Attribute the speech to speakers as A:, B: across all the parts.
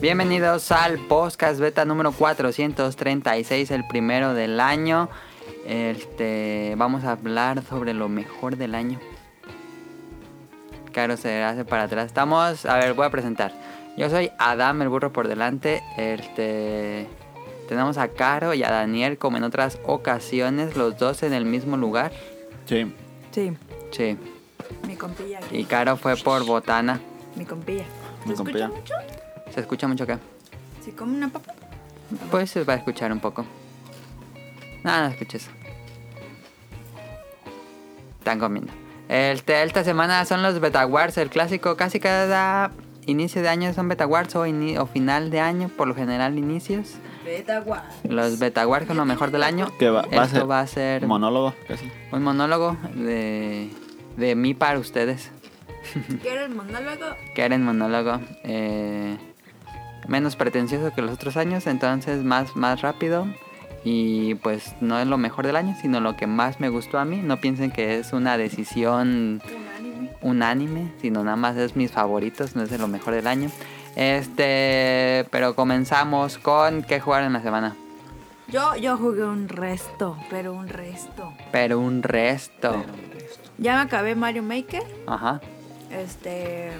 A: Bienvenidos al podcast beta número 436, el primero del año. Este, vamos a hablar sobre lo mejor del año. Caro se hace para atrás. Estamos, a ver, voy a presentar. Yo soy Adam, el burro por delante. Este, tenemos a Caro y a Daniel, como en otras ocasiones, los dos en el mismo lugar.
B: Sí.
C: Sí,
A: Sí.
C: mi compilla. aquí,
A: Y Caro fue por botana.
C: Mi compilla.
B: Mi compilla.
C: mucho?
A: ¿Se escucha mucho acá?
C: ¿Se come una papa?
A: Pues se va a escuchar un poco. Nada, no escuches. Están comiendo. El, te- esta semana son los Beta Wars, el clásico. Casi cada inicio de año son Beta Wars o, ini- o final de año, por lo general inicios.
C: Vete agua.
A: Los Beta Wars son lo mejor del año.
B: Que va- va a
A: Esto
B: ser
A: va a ser
B: Monólogo, casi.
A: un monólogo de, de mí para ustedes.
C: ¿Quieres el monólogo?
A: que era en monólogo eh, menos pretencioso que los otros años, entonces más, más rápido. Y pues no es lo mejor del año, sino lo que más me gustó a mí. No piensen que es una decisión
C: Unánime.
A: unánime, sino nada más es mis favoritos, no es de lo mejor del año. Este, pero comenzamos con qué jugar en la semana.
C: Yo, yo jugué un resto, pero un resto.
A: Pero un resto.
C: Ya me acabé Mario Maker.
A: Ajá.
C: Este.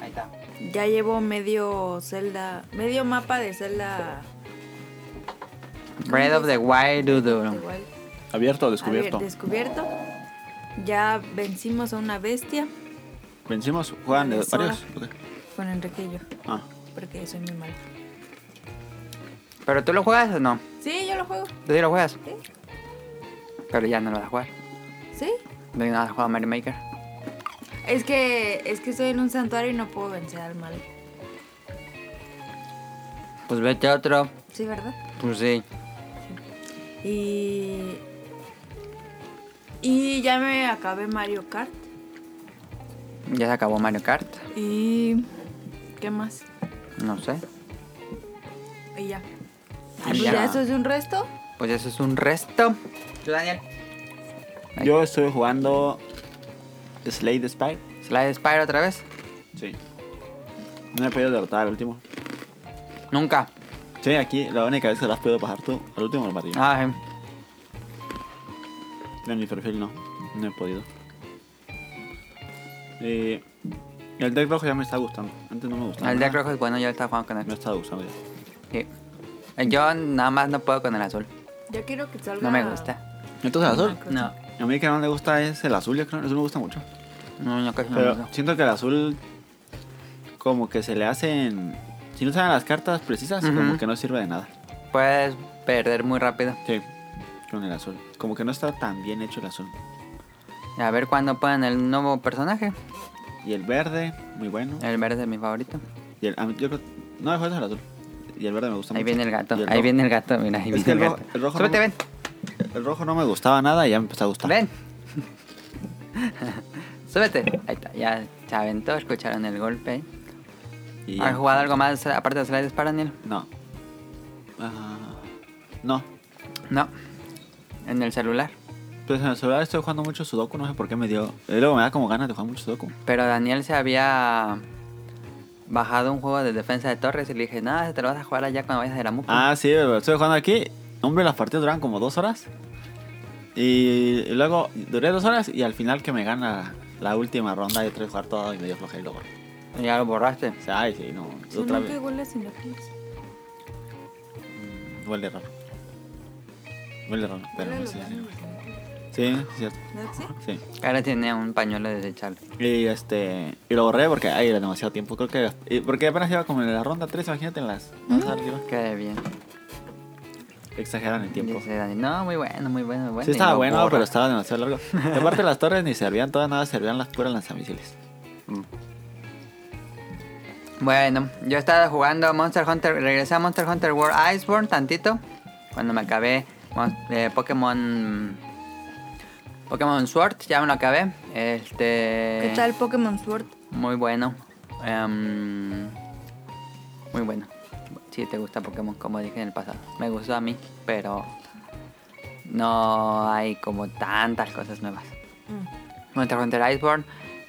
A: Ahí está.
C: Ya llevo medio Zelda. Medio mapa de Zelda.
A: Breath of the Wild. Dudu.
C: Igual.
B: Abierto o descubierto.
C: haber Descubierto. Ya vencimos a una bestia
B: Vencimos, juegan de
C: Sola.
B: varios. Ok.
C: con Enrique y yo.
B: Ah,
C: Porque soy muy malo.
A: ¿Pero tú lo juegas o no?
C: Sí, yo lo juego.
A: ¿Tú sí lo juegas?
C: Sí.
A: Pero ya no lo vas a jugar.
C: Sí.
A: No hay nada jugado Mario Maker.
C: Es que es que estoy en un santuario y no puedo vencer al mal.
A: Pues vete a otro.
C: Sí, ¿verdad?
A: Pues sí.
C: Y y ya me acabé Mario Kart
A: Ya se acabó Mario Kart.
C: y ¿qué más?
A: No sé.
C: Y ya.
A: Y
C: Pues
A: ya.
C: ya eso es un resto.
A: Pues eso es un resto. ¿Tú, Daniel? Ahí.
B: Yo estoy jugando Slay the Spire.
A: ¿Slide Spire otra vez?
B: Sí. No he podido derrotar al último.
A: Nunca.
B: Sí, aquí la única vez que la has podido pasar tú, al último lo maté. yo.
A: Ah, sí.
B: En mi perfil no, no he podido. Eh, el deck rojo ya me está gustando. Antes no me gustaba.
A: el deck
B: nada.
A: rojo es bueno, yo estaba jugando con
B: Me
A: él.
B: está gustando ya.
A: Sí. Eh, Yo nada más no puedo con el azul.
C: Yo quiero que salga
A: No me gusta.
B: Entonces el azul.
A: Ah. No.
B: A mí que no le gusta es el azul, yo creo. Eso me gusta mucho.
A: No, no, casi no me
B: Pero
A: gusta.
B: siento que el azul como que se le hacen... Si no saben las cartas precisas,
A: Ujú.
B: como que no sirve de nada.
A: Puedes perder muy rápido.
B: Sí. Con el azul. Como que no está tan bien hecho el azul.
A: A ver cuándo ponen el nuevo personaje.
B: Y el verde, muy bueno.
A: El verde es mi favorito.
B: Y el, a mí- yo creo- no, mejor es el azul. Y el verde me gusta
A: Ahí
B: mucho.
A: viene el gato.
B: Y
A: Ahí
B: rojo-
A: viene el gato, mira, ahí viene
B: Es que
A: el
B: el
A: gato.
B: rojo- el rojo
A: Súbete,
B: no-
A: ven.
B: El rojo no me gustaba nada y ya me empezó a gustar.
A: Ven. Súbete. Ahí está, ya se aventó, escucharon el golpe.
B: Y ya-
A: ¿Han jugado algo más aparte de Slide para Daniel?
B: No. Ah, no.
A: No. En el celular.
B: Pues en el celular estoy jugando mucho Sudoku, no sé por qué me dio... eh, Luego me da como ganas de jugar mucho Sudoku.
A: Pero Daniel se había bajado un juego de defensa de torres y le dije, nada, te lo vas a jugar allá cuando vayas de la MUPA.
B: Ah, sí, pero estoy jugando aquí. Hombre, las partidas duran como dos horas. Y, y luego duré dos horas y al final que me gana la última ronda de tres jugar todo y medio flojé y luego. O
A: Y ya lo borraste.
B: sea, ay, sí, no.
C: Otra
B: Otra
C: que
B: vez.
C: huele sin locales.
B: Huele raro. Huele raro, pero
C: Huele
B: no
C: los
B: sé.
C: baños,
B: Sí, sí, es cierto.
C: ¿no? ¿Sí?
B: Sí.
A: Ahora tiene un pañuelo de desechable.
B: Y este. Y lo borré porque ay, era demasiado tiempo. Creo que. y Porque apenas iba como en la ronda 3, imagínate en las. más
A: Mm.
B: arriba.
A: Qué bien.
B: Exageran el tiempo.
A: Dice Daniel, no, muy bueno, muy bueno, muy bueno. Y
B: Sí, estaba
A: lo
B: bueno,
A: borra.
B: pero estaba demasiado largo. Y aparte, las torres ni servían, todas nada servían las puras lanzamisiles.
A: Bueno, yo estaba jugando Monster Hunter, regresé a Monster Hunter World Iceborne tantito, cuando me acabé mon- eh, Pokémon Pokémon Sword, ya me lo acabé. Este
C: ¿Qué tal Pokémon Sword?
A: Muy bueno. Em, muy bueno. Si te gusta Pokémon, como dije en el pasado. Me gustó a mí, pero no hay como tantas cosas nuevas.
C: Mm.
A: Monster Hunter Iceborne.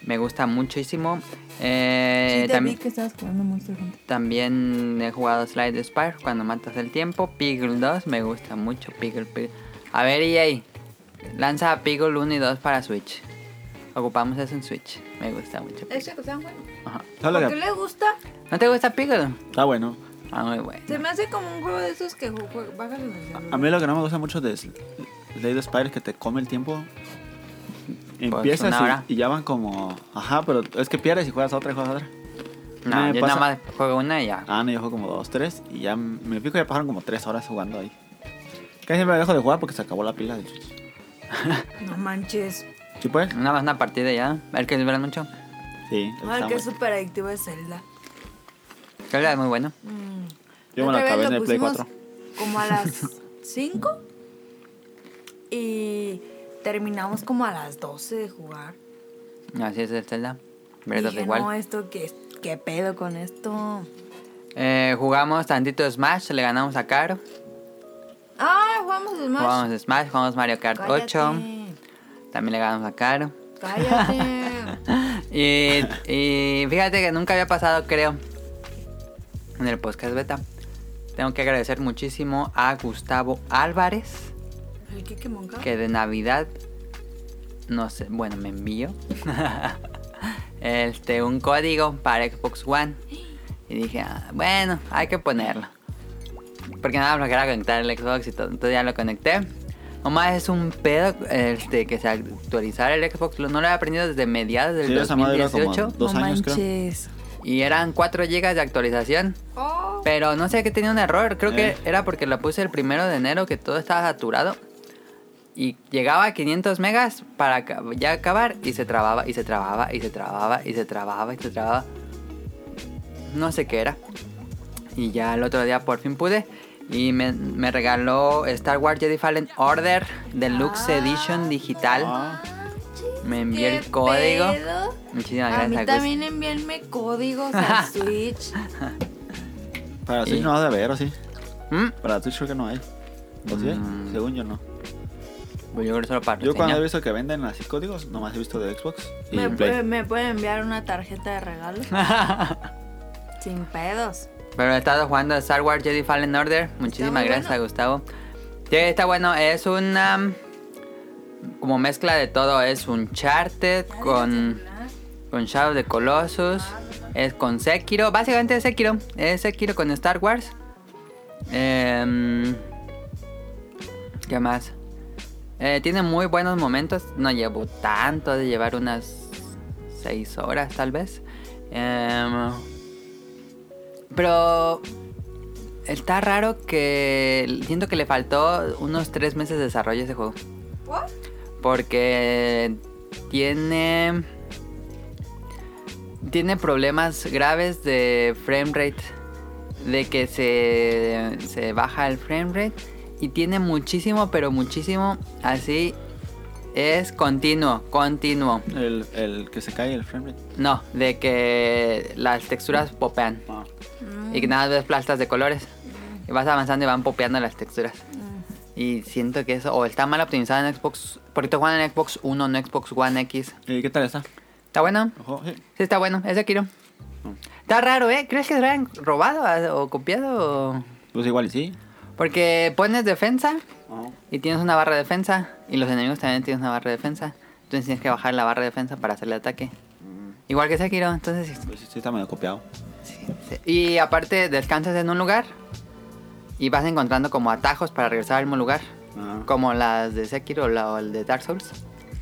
A: Me gusta muchísimo. Eh,
C: sí, te vi
A: también,
C: que estabas jugando Monster Hunter.
A: también he jugado Slide Spire cuando matas el tiempo. Piggle 2 me gusta mucho. Piggle, Piggle. A ver, EA. Lanza a Piggle 1 y 2 para Switch. Ocupamos eso en Switch. Me gusta mucho. Piggle.
C: ¿Es que están jugando?
A: Ajá.
B: Solo
C: ¿Por qué
B: que-
C: le gusta?
A: ¿No te gusta Piggle?
B: Está bueno.
A: Ah, muy bueno.
C: Se me hace como un juego de esos que ju- ju- bajas en el celular.
B: A mí lo que no me gusta mucho de Sl- Slay the Spire es que te come el tiempo. Empiezas
C: Pues,
A: una
B: y-
A: hora.
B: y, ya van como. Ajá, pero es que pierdes y juegas otra y juegas otra.
A: No,
B: Me
A: yo
B: pasa-
A: nada más juego una y ya.
B: Ah, no, yo juego como dos, tres. Y ya m- me pico ya pasaron como tres horas jugando ahí. Casi siempre dejo de jugar porque se acabó la pila del Switch.
C: No manches.
B: ¿Sí puedes?
A: Nada más una partida y ya. El que duran mucho.
B: Sí. el
C: Mm. Ay, que
B: Samuel.
C: es súper adictivo es Zelda.
A: Creo que es muy bueno.
C: Mm.
B: Yo me lo
C: Otra vez
B: acabé en el Play
C: pusimos
B: 4.
C: Como a las 5 y terminamos como a las 12 de jugar.
A: Así es el Zelda.
C: Y
A: Breath of the
C: dije,
A: Wild.
C: no, eh. esto, ¿qué, ¿qué pedo con esto?
A: Eh, jugamos tantito Smash, le ganamos a Caro.
C: Ah, jugamos Smash.
A: Jugamos Smash, jugamos Mario Kart 8.
C: Cállate,
A: También le ganamos a Caro.
C: cállate.
A: Y, y fíjate que nunca había pasado, creo, en el podcast beta. Tengo que agradecer muchísimo a Gustavo Álvarez,
C: ¿El qué, qué monca?
A: que de Navidad, no sé, bueno, me envió este, un código para Xbox One. Y dije, "Ah, bueno, hay que ponerlo. Porque nada más me quería conectar el Xbox y todo. Entonces ya lo conecté. Nomás es un pedo este, que se actualizara el Xbox. Lo- No lo he aprendido desde mediados del
B: Sí, esa madre era como
A: 2018.
B: dos
C: no
B: años, creo.
C: manches.
A: Y eran 4 GB de actualización.
C: Oh,
A: Pero no sé que tenía un error. Creo
B: Eh.
A: que era porque lo puse el primero de enero que todo estaba saturado. Y llegaba a 500 megas para aca- ya acabar. Y se trababa, y se trababa, y se trababa, y se trababa, y se trababa. No sé qué era. Y ya el otro día por fin pude. Y me, me regaló Star Wars Jedi Fallen Order Deluxe
C: Ah.
A: Edition Digital.
B: Ah,
A: Me envió
C: ¿qué
A: el código.
C: pedo?
A: Muchísimas
C: A
A: gracias,
C: mí
A: Gus.
C: también envíenme códigos a Switch.
B: para
A: Y-
B: Switch no ha de haber, ¿o sí?
A: ¿Mm?
B: Para Twitch creo que no hay. ¿O sí? hay?
C: Mm.
B: Según yo no.
A: Pues yo creo que solo para
B: Yo cuando
A: reseña.
B: he visto que venden así códigos, nomás he visto de Xbox y
C: ¿Me,
B: Play.
C: puede- ¿Me pueden enviar una tarjeta de regalo? Sin pedos.
A: Pero he estado jugando Star Wars Jedi Fallen Order. Muchísimas
C: muy
A: gracias
C: bueno.
A: a Gustavo. Sí, está bueno. Es una mm, como mezcla de todo. Es un charted
C: Ah,
A: con con Shadow de Colossus. Es con Sekiro. Básicamente es Sekiro. Es Sekiro con Star Wars. Em, ¿Qué más? Eh, tiene muy buenos momentos. No llevo tanto de llevar unas 6 horas tal vez. Em, pero está raro que siento que le faltó unos 3 meses de desarrollo a ese juego.
C: ¿What?
A: Porque tiene. Tiene problemas graves de frame rate. De que se, se baja el frame rate. Y tiene muchísimo, pero muchísimo. Así es continuo, continuo.
B: El, el que se cae el frame rate.
A: No, de que las texturas popean.
C: Ah.
D: Mm.
A: Y que nada más ves plastas de colores. Y vas avanzando y van popeando las texturas. Y siento que eso, o está mal optimizado en Xbox, porque estoy jugando en Xbox 1, no Xbox One X.
B: ¿Y qué tal está?
A: ¿Está bueno?
B: Ojo, sí.
A: Sí, está bueno, es de Kiro.
B: Mm.
A: Está raro, ¿eh? ¿Crees que se lo hayan robado a- o copiado? o-
B: Pues igual y sí.
A: Porque pones defensa y tienes una barra de defensa, y los enemigos también tienen una barra de defensa. Entonces tienes que bajar la barra de defensa para hacerle ataque. Igual que Sekiro, entonces
B: Pues sí, sí está medio copiado.
A: Sí, sí. Y aparte, descansas en un lugar y vas encontrando como atajos para regresar al mismo lugar.
B: Ah.
A: Como las de Sekiro o la- o el de Dark Souls.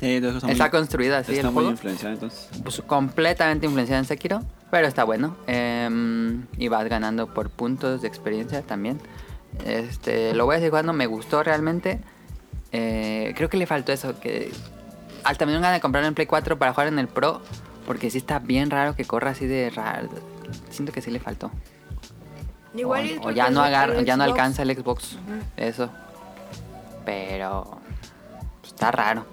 B: Sí, todo eso está,
A: está
B: muy,
A: construido así el
B: está muy
A: juego.
B: influenciado entonces.
A: Pues, completamente influenciado en Sekiro, pero está bueno. Em, y vas ganando por puntos de experiencia también. Este, lo voy a decir cuando me gustó realmente. Eh, creo que le faltó eso, que al también ganas de comprarlo en Play 4 para jugar en el Pro, porque sí está bien raro que corra así de raro. Siento que sí le faltó.
C: Igual y
A: o, o
C: porque
A: ya no
C: es de
A: agarra,
C: Xbox.
A: ya no alcanza el Xbox. Eso. Pero pues, está raro.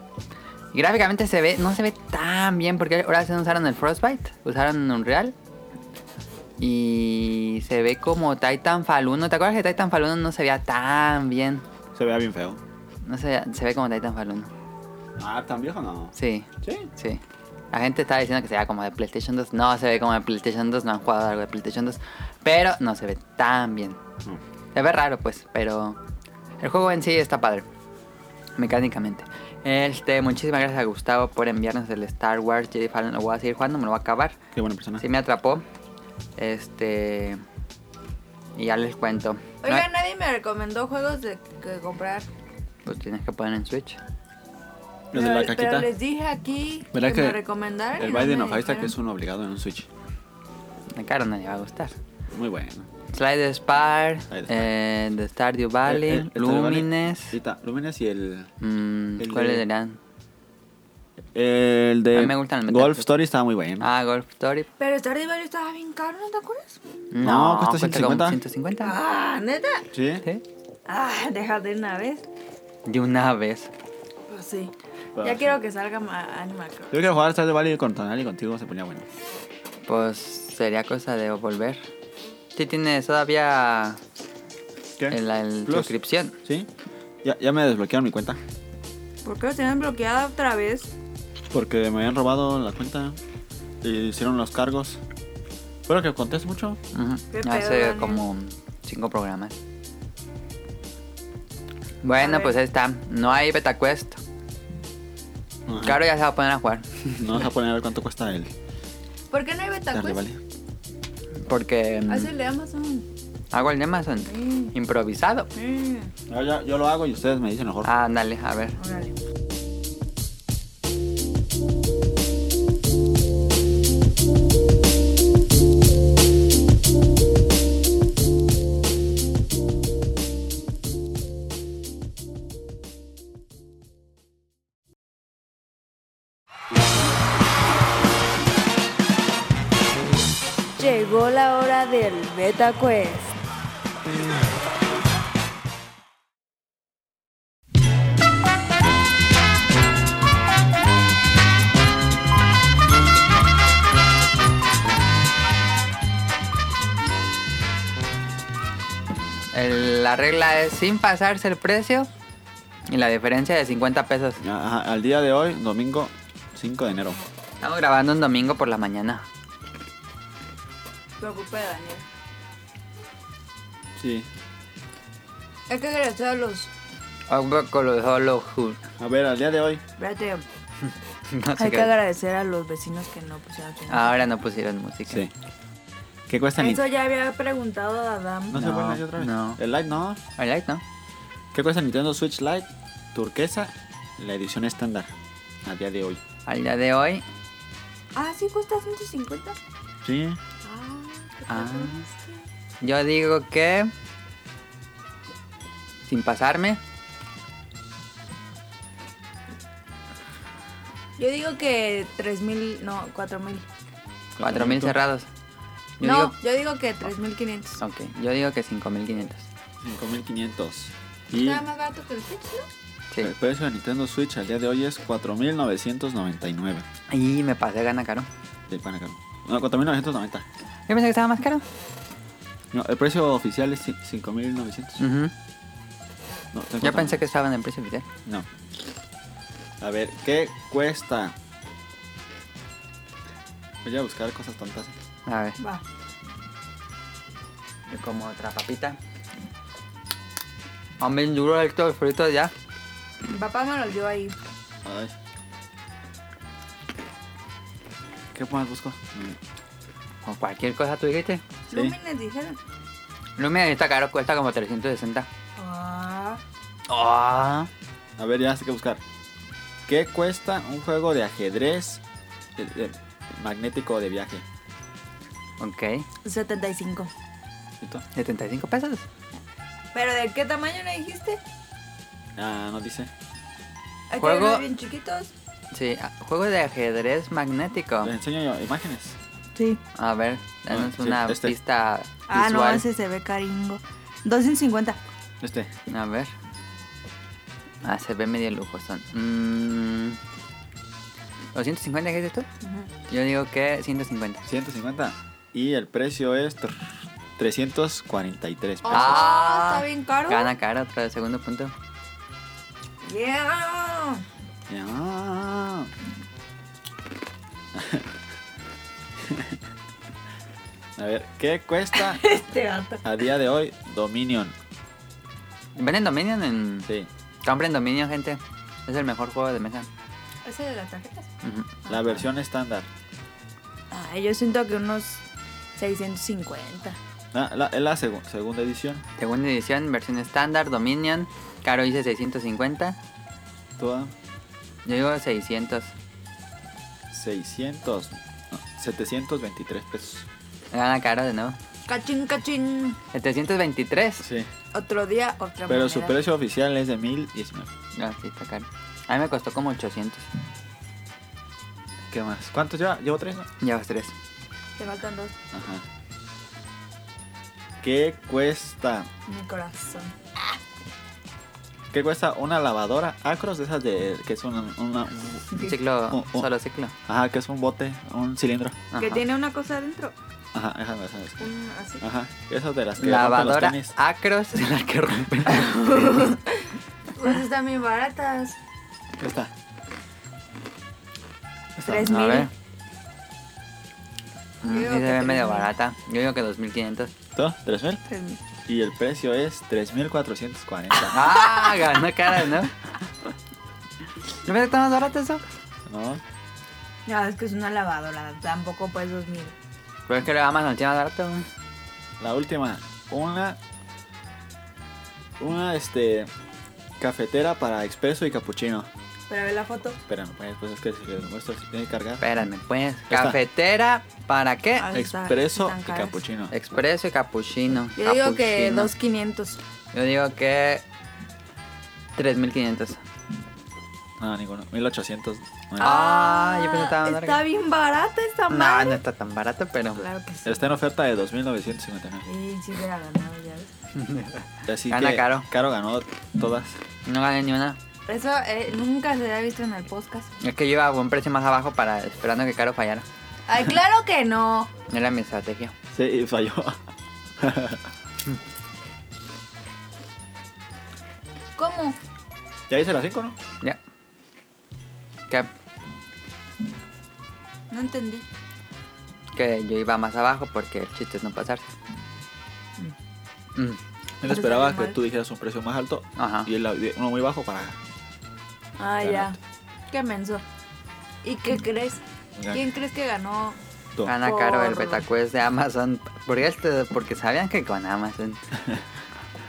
A: Y gráficamente se ve, no se ve tan bien porque ahora se usaron el Frostbite, usaron Unreal. Y se ve como Titanfall 1. ¿Te acuerdas que Titanfall 1 no se veía tan bien?
B: Se vea bien feo.
A: No se, veía- se ve como Titanfall 1.
B: Ah, ¿tan viejo no?
A: Sí,
B: Sí.
A: sí. La gente estaba diciendo que se veía como de PlayStation 2. No se ve como de PlayStation 2, no han jugado algo de PlayStation 2. Pero no se ve tan bien. Se ve raro, pues, pero el juego en sí está padre. Mecánicamente. Este, muchísimas gracias a Gustavo por enviarnos el Star Wars Jedi Fallen. Lo voy a seguir jugando, me lo voy a acabar.
B: Qué buena persona.
A: Sí me atrapó. Este. Y ya les cuento. No,
D: Oiga, nadie me recomendó juegos de que comprar.
A: Pues tienes que poner en Switch.
B: Los de
D: Pero-
B: la caquita.
D: Pero les dije aquí que,
B: ¿Verdad
D: me
B: que
D: recomendaron.
B: El
D: y no
B: Biden
D: me
B: of Isaac
D: dijeron.
B: es un obligado en un Switch.
A: De cara no le va a gustar.
B: Muy bueno.
A: Slide Spire,
B: Slide
A: eh, este The Stardew Valley,
B: El- el- el Stardew Valley.
A: Lumines.
B: Ahorita, eh. Lumines y el.
A: mm,
B: El
A: ¿Cuáles
B: de-
A: eran?
B: El de.
A: A mí me gustan los
B: Golf
A: metales.
B: Story estaba muy bueno.
A: Ah, Golf Story.
D: Pero Stardew Valley estaba bien caro, ¿no te acuerdas?
B: No, cuesta
A: como
B: 150.
A: 150.
D: Ah, neta.
B: Sí.
A: ¿Sí?
D: Ah, déjate una vez.
A: De una vez.
D: Pues sí.
B: Pues
D: ya
B: sí.
D: quiero que salga ma- Animal Crossing.
B: Yo quiero jugar Stardew Valley con Tonal y contigo se ponía bueno.
A: Pues sería cosa de volver. Sí tienes todavía
B: ¿Qué?
A: el- el
B: Plus.
A: suscripción.
B: Sí. Ya, ya me desbloquearon mi cuenta.
D: ¿Por qué lo tenían bloqueada otra vez?
B: Porque me habían robado la cuenta. Y hicieron los cargos. Espero que contés mucho.
A: Ujú.
D: Qué pedo,
A: Hace
D: Daniel.
A: como cinco programas. Bueno,
D: ver.
A: pues ahí está. No hay beta quest.
B: Ajá.
A: Claro, ya se va a poner a jugar.
B: No vas a poner a ver cuánto cuesta el
D: ¿Por qué no hay beta
B: Stardew
D: pues? quest?
B: Valley.
A: Porque mm,
D: Haz el de Amazon.
A: hago el de Amazon.
D: Sí.
A: Improvisado.
D: Sí.
B: No, ya- yo lo hago y ustedes me dicen mejor.
A: Ah, dale, a ver.
D: Órale. Llegó la hora del Beta Quest.
A: El- la regla es sin pasarse el precio y la diferencia de 50 pesos.
B: Ajá, al día de hoy, domingo 5 de enero.
A: Estamos grabando un domingo por la mañana.
D: Preocupa de Daniel.
B: Sí.
D: Es que agradecer a los.
A: Ojo con los solo ju-
B: A ver, al día de hoy.
D: Espérate,
A: no sé
D: hay
A: qué.
D: que agradecer a los vecinos que no pusieron atención.
A: Ahora no pusieron música.
B: Sí. ¿Qué cuesta Nintendo?
D: Eso ya había preguntado a Adam.
B: No, se
A: No,
B: puede ahí otra vez.
A: no.
B: El Lite no.
A: I like, ¿no?
B: ¿Qué cuesta el Nintendo Switch Lite turquesa? La edición estándar. A día de hoy.
A: Al día de hoy.
D: Ah, sí, cuesta 150.
B: Sí.
D: Ah, ¿qué
A: Ah.
D: tal?
A: Yo digo que. Sin pasarme.
D: Yo digo que 3000, no, 4000.
A: 4.000 cerrados. Yo
D: No,
A: digo. Ah,
D: yo digo que 3500.
A: Ok, yo digo que 5.500.
B: 5500. Y
D: Está más barato que el Switch, ¿no?
A: Sí.
B: el precio de Nintendo Switch al día de hoy es 4999.
A: Y me pasé gana caro.
B: Del pan acá. No, 4990.
A: Yo pensé que estaba más caro.
B: No, el precio oficial es 5900.
A: Ujú.
B: No, está en
A: Yo
B: 4,000.
A: Mm. pensé que estaba en el precio oficial.
B: No. A ver, ¿qué cuesta? Voy a buscar cosas tontas.
A: A ver.
D: Va.
A: Yo como otra papita. Hombre, duro estos fritos ya.
D: Mi papá me los dio ahí.
B: Ay. ¿Qué más busco? Mm.
A: O cualquier cosa tú dijiste.
B: Sí.
D: Lumines dijeron.
A: Lumia está caro, cuesta como 360.
D: Ah.
A: Ah.
B: A ver, ya sé qué buscar. ¿Qué cuesta un juego de ajedrez eh, eh, magnético de viaje?
A: Ok.
D: 75.
B: ¿Y tú?
A: 75 pesos.
D: ¿Pero de qué tamaño le dijiste?
B: Ah, no dice.
D: Hay
A: Juego-
D: que verlos bien chiquitos.
A: Sí, ah, juego de ajedrez magnético.
B: Les enseño yo imágenes.
D: Sí.
A: A ver, danos
B: Ah, sí,
A: una
B: este.
A: pista
D: Ah, no,
A: visual.
D: ese se ve caringo. 250.
B: Este.
A: A ver. Ah, se ve medio lujoso. Mm, ¿250 qué dices tú? Yo digo que 150.
B: 150. Y el precio es tr- 343 pesos.
A: Ah,
D: está bien caro.
A: Gana cara, otra vez, segundo punto.
D: Yeah.
B: Ya. A ver, ¿qué cuesta
D: Este gato.
B: a día de hoy Dominion?
A: Venden Dominion en.
B: Sí.
A: Compren Dominion, gente. Es el mejor juego de mesa.
D: ¿Ese de las tarjetas?
A: Ujú.
B: La versión estándar.
D: Ay, yo siento que unos 650.
B: La, la- es la segu- segunda edición.
A: Segunda edición, versión estándar, Dominion. Caro dice 650.
B: Toda
A: Yo digo 600.
B: 600. no, 723 pesos.
A: Gana Caro de nuevo.
D: Cachín, cachín.
A: 723.
B: Sí.
D: Otro día, otra
B: Pero
D: moneda.
B: su precio oficial es de 1019.
A: No, Ah, sí, está caro. A mí me costó como 800.
B: ¿Qué más? ¿Cuántos lleva? ¿Llevo tres? no?
A: Llevas tres.
D: Te faltan dos.
B: Ajá. ¿Qué cuesta?
D: Mi corazón.
B: ¿Qué cuesta una lavadora Acros de esas de que es una, una-
A: Un ciclo,
B: Oh, oh.
A: solo ciclo.
B: ajá, que es un bote, un cilindro?
A: Ajá.
D: Que tiene una cosa adentro.
B: Ajá, déjame déjame, déjame.
D: Un, así.
B: Ajá, esas de las que
A: Lavadora
B: rompen los tenis.
A: Acros, la que rompe.
D: Pues están bien baratas.
B: ¿Qué está? Está-
D: Tres
A: A ver.
D: mil.
A: Mm,
D: Yo
A: sí
D: digo
A: se
D: que
A: ve medio
D: 3,000.
A: barata. Yo digo que 2500.
B: ¿Todo? ¿Tres mil?
D: Tres mil.
B: Y el precio es 3.440.
A: ¡Ah! Ganó cara, ¿no? ¿No me está más barato eso?
B: ¿No?
D: No, es que es una lavadora. Tampoco pues dos mil.
A: Pero es que lo Amazon tiene más barato. güey.
B: La última. Una. Una, este. Cafetera para expreso y capuchino.
D: Pero ve la foto.
B: Espérame, pues, pues es que si les muestro si tiene que cargar.
A: Espérame, pues.
B: está.
A: Cafetera, ¿para qué?
D: Ah, está-
B: Expreso
D: están
B: y
D: caras.
B: capuchino.
A: Expreso y capuchino.
D: Yo digo que
A: Capuchino.
D: dos quinientos.
A: Yo digo que 3500.
B: No, ninguno. 1800. Bueno,
A: Ah, yo pensé que estaba más
D: Está
A: larga.
D: bien barata esta
A: No,
D: madre.
A: no está tan barato, pero.
D: Claro que sí.
B: Está en oferta de 2.959.
D: Y si hubiera ganado, ya ves.
B: Así
A: Gana
B: que
A: Caro.
B: Caro ganó todas.
A: No gané ni una.
D: Eso eh, nunca se había visto en el podcast.
A: Es que yo iba a buen precio más abajo para esperando que Caro fallara.
D: Ay, claro que no.
A: Era mi estrategia.
B: Sí, y falló.
D: ¿Cómo?
B: ya hice las 5, ¿no?
A: Ya. Que,
D: No entendí.
A: que yo iba más abajo porque el chiste es no pasarse. Mm.
B: Yo
D: Pero
B: esperaba
D: salió
B: que
D: mal.
B: tú dijeras un precio más alto
A: Ajá.
B: y el- uno muy bajo para
D: Ah, ya.
B: Barato.
D: Qué menso. ¿Y qué crees?
B: Ya.
D: ¿Quién crees que ganó?
B: tú.
A: Gana caro el
D: Por-
A: betacuest de Amazon. Porque, este- porque sabían que con Amazon.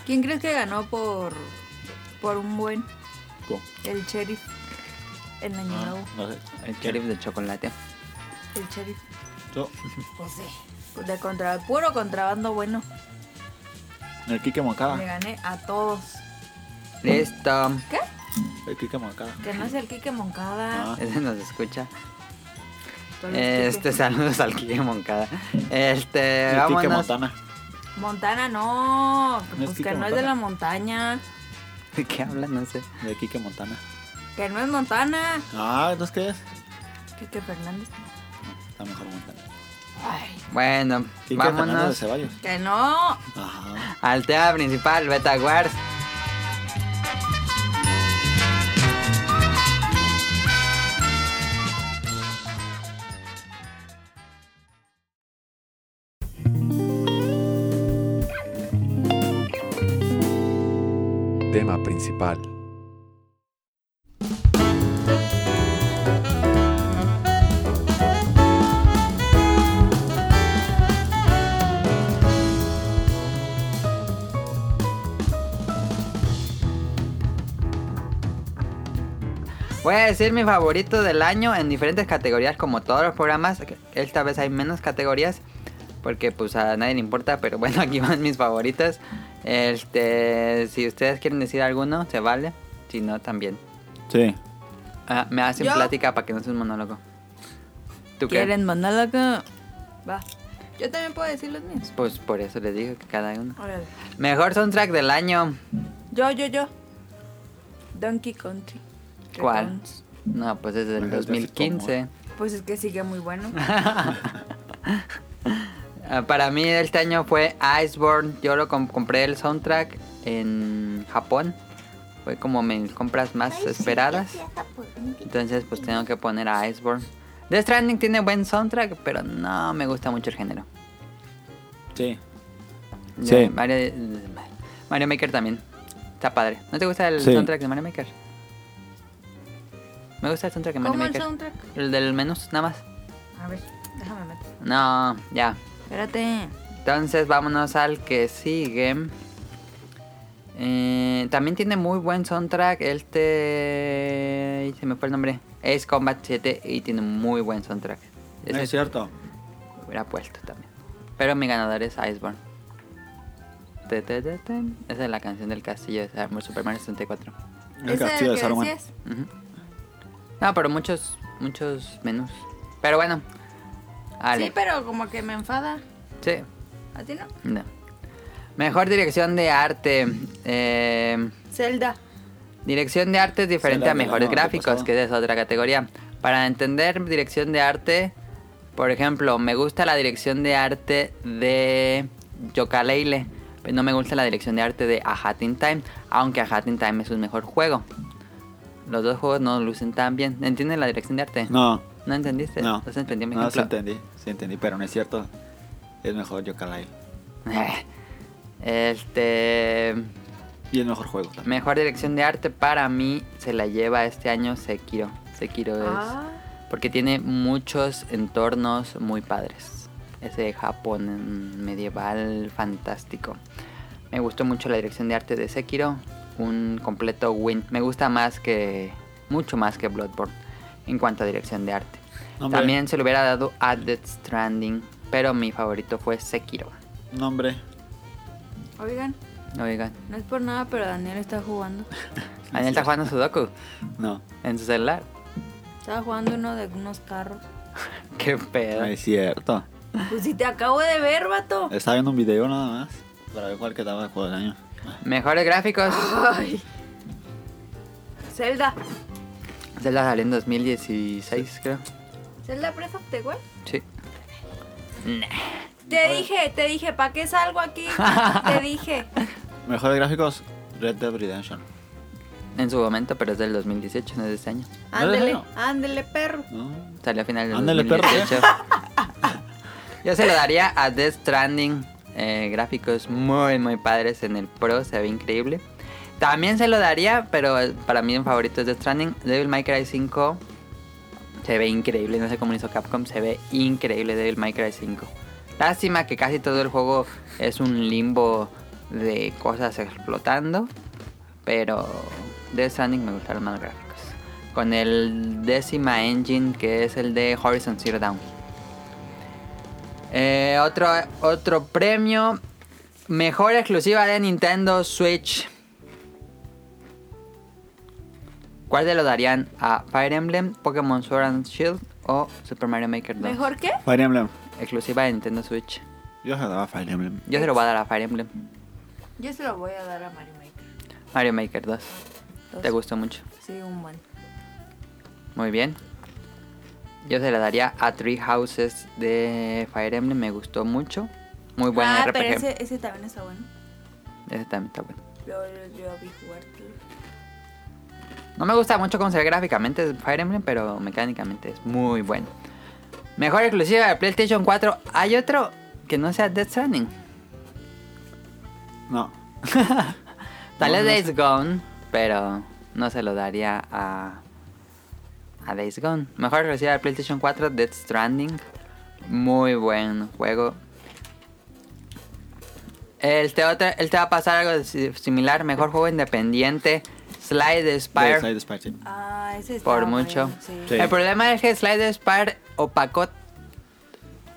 D: ¿Quién crees que ganó por por un buen
B: Tú.
D: el sheriff en año
B: Ah,
D: nuevo?
B: no sé.
A: El sheriff de chocolate.
D: El sheriff.
B: Tú.
D: Pues sí. De contra puro contrabando bueno.
B: El Kike
D: Le
B: Moncada.
D: gané a todos.
A: Listo.
D: ¿Qué?
B: El Kike Moncada.
D: Que no es el Quique Moncada.
B: Ah.
A: Ese nos escucha.
D: tú eres
A: Este,
D: Quique.
A: saludos al Kike Moncada. Este,
B: el Kike
A: vámonos.
B: Montana.
D: Montana no.
B: No es
D: Pues
B: Quique
D: que no es
B: Montana.
D: de la montaña.
A: ¿De qué hablan? No sé.
B: El Kike Montana.
D: Que no es Montana.
B: Ah, ¿entonces qué es?
D: Quique Fernández.
B: No, está mejor Montana.
D: Ay.
A: Bueno,
B: Kike Fernández de
A: vámonos
B: Ceballos.
D: Que no.
B: Ajá.
A: al tema principal, Betaguards.
E: Tema principal.
A: Voy a decir mi favorito del año en diferentes categorías, como todos los programas. Esta vez hay menos categorías, porque pues a nadie le importa, pero bueno, aquí van mis favoritos. Este, si ustedes quieren decir alguno, se vale. Si no, también.
B: Sí.
A: Ah, me hacen
D: Yo-
A: plática para que no sea un monólogo. ¿Tú qué?
D: ¿Quieren mandarla acá? Va. Yo también puedo decir los míos.
A: Pues por eso les digo que cada uno.
D: Órale.
A: Mejor soundtrack del año.
D: Yo, yo, yo. Donkey Country.
A: ¿Cuál?
D: Returns.
A: No, pues es del
B: Desde hace
A: 2015.
D: Pues es que sigue muy bueno.
A: Ah, Para mí este año fue Iceborne. Yo lo com- compré el soundtrack en Japón. Fue como mis compras más esperadas. Entonces pues tengo que poner a Iceborne. The Stranding tiene buen soundtrack, pero no me gusta mucho el género.
B: Sí.
A: Ya,
B: Sí.
A: Mario, Mario Maker también. Está padre. ¿No te gusta el
B: Sí.
A: soundtrack de Mario Maker? Me gusta el soundtrack de Mario
C: ¿Cómo el
A: Maker.
C: soundtrack?
A: El del menús, nada más.
C: A ver, déjame meter.
A: No, ya.
C: Espérate.
A: Entonces vámonos al que sigue. Eh, también tiene muy buen soundtrack. Este. ay, Se me fue el nombre. Ace Combat 7 y tiene muy buen soundtrack. Ese
B: Es cierto.
A: hubiera puesto también. Pero mi ganador es Iceborne. Te, te, te, te. Esa es la canción del castillo de Samus, Super Mario 64.
B: El
C: ¿Ese
B: castillo
C: era
B: de
C: el que
B: Saruman.
C: decías?
A: Ujú. No, pero muchos, muchos menús. Pero bueno. Ale.
C: Sí, pero como que me enfada.
A: Sí.
C: ¿A ti no?
A: No. Mejor dirección de arte. Eh,
C: Zelda.
A: dirección de arte es diferente
B: Será
A: a
B: de la
A: mejores
B: moda que
A: gráficos,
B: pasaba.
A: que es otra categoría. Para entender dirección de arte, por ejemplo, me gusta la dirección de arte de Yokaleile, pero no me gusta la dirección de arte de A Hat in Time, aunque A Hat in Time es un mejor juego. Los dos juegos no lucen tan bien. ¿Entiendes la dirección de arte?
B: No,
A: ¿No entendiste?
B: no.
A: ¿No se entendió mi
B: No, sí
A: ejemplo?
B: entendí. Sí entendí, pero no es cierto. Es mejor Yokalai.
A: Este...
B: Y el mejor juego también.
A: Mejor dirección de arte para mí se la lleva este año Sekiro. Sekiro es.
C: Ah,
A: Porque tiene muchos entornos muy padres. Ese Japón medieval fantástico. Me gustó mucho la dirección de arte de Sekiro. Un completo win. Me gusta más que. Mucho más que Bloodborne. En cuanto a dirección de arte.
B: Hombre.
A: También se le hubiera dado a Death Stranding. Pero mi favorito fue Sekiro.
B: No, hombre.
C: oigan,
A: Oigan.
C: no es por nada, pero Daniel está jugando.
A: Daniel está jugando Sudoku
B: No,
A: en su celular.
C: Estaba jugando uno de unos carros.
A: Qué
B: no
A: pedo.
B: es cierto.
C: Pues si te acabo de ver, vato.
B: Estaba viendo un video nada más. Para ver cuál quedaba el juego del año.
A: Mejores gráficos.
C: Ay. Zelda.
A: Zelda salió en 2016, creo.
C: ¿Zelda Breath of the Wild?
A: Sí.
C: Te dije, te dije, ¿para qué salgo aquí? te dije.
B: Mejores gráficos, Red Dead Redemption.
A: En su momento, pero es del 2018, no es de este año.
C: Ándele,
B: no.
C: ándele, perro.
B: No.
A: Salió a final del
B: Ándale, perro.
A: 2018. Yo se lo daría a Death Stranding. eh, gráficos muy, muy padres en el Pro, se ve increíble. También se lo daría, pero para mí mi favorito es Death Stranding. Devil May Cry 5 se ve increíble, no sé cómo lo hizo Capcom, se ve increíble Devil May Cry 5. Lástima que casi todo el juego es un limbo de cosas explotando, pero Death Stranding me gustaron más los gráficos. Con el décima engine que es el de Horizon Zero Dawn. Eh, otro, otro premio, mejor exclusiva de Nintendo Switch. ¿Cuál te lo darían a Fire Emblem, Pokémon Sword and Shield o Super Mario Maker 2?
C: ¿Mejor qué?
B: Fire Emblem.
A: Exclusiva de Nintendo Switch.
B: Yo se daba Fire Emblem.
A: Yo se lo voy a dar a Fire Emblem.
C: Yo se lo voy a dar a Mario Maker.
A: Mario Maker 2.
C: Dos.
A: Te gustó mucho.
C: Sí, un buen.
A: Muy bien. Yo se la daría a Three Houses de Fire Emblem. Me gustó mucho. Muy buen
C: ah,
A: RPG.
C: pero
A: ese...
C: ese, ese también está bueno.
A: también está bueno.
C: Yo, yo, yo vi jugártelo.
A: No me gusta mucho cómo se ve gráficamente Fire Emblem, pero mecánicamente es muy bueno. Mejor exclusiva de PlayStation 4. ¿Hay otro que no sea Death Stranding?
B: No.
A: Tal vez
B: No, no
A: Days Gone, pero no se lo daría a, a Days Gone. Mejor exclusiva de PlayStation 4, Death Stranding. Muy buen juego. El te, otra- el te va a pasar algo si- similar. Mejor juego independiente, Slide the Spire.
B: Side Spire, sí.
C: Ah, ese está
A: Por mucho.
C: Sí.
B: Sí.
A: El problema es que Slide Spire opacó.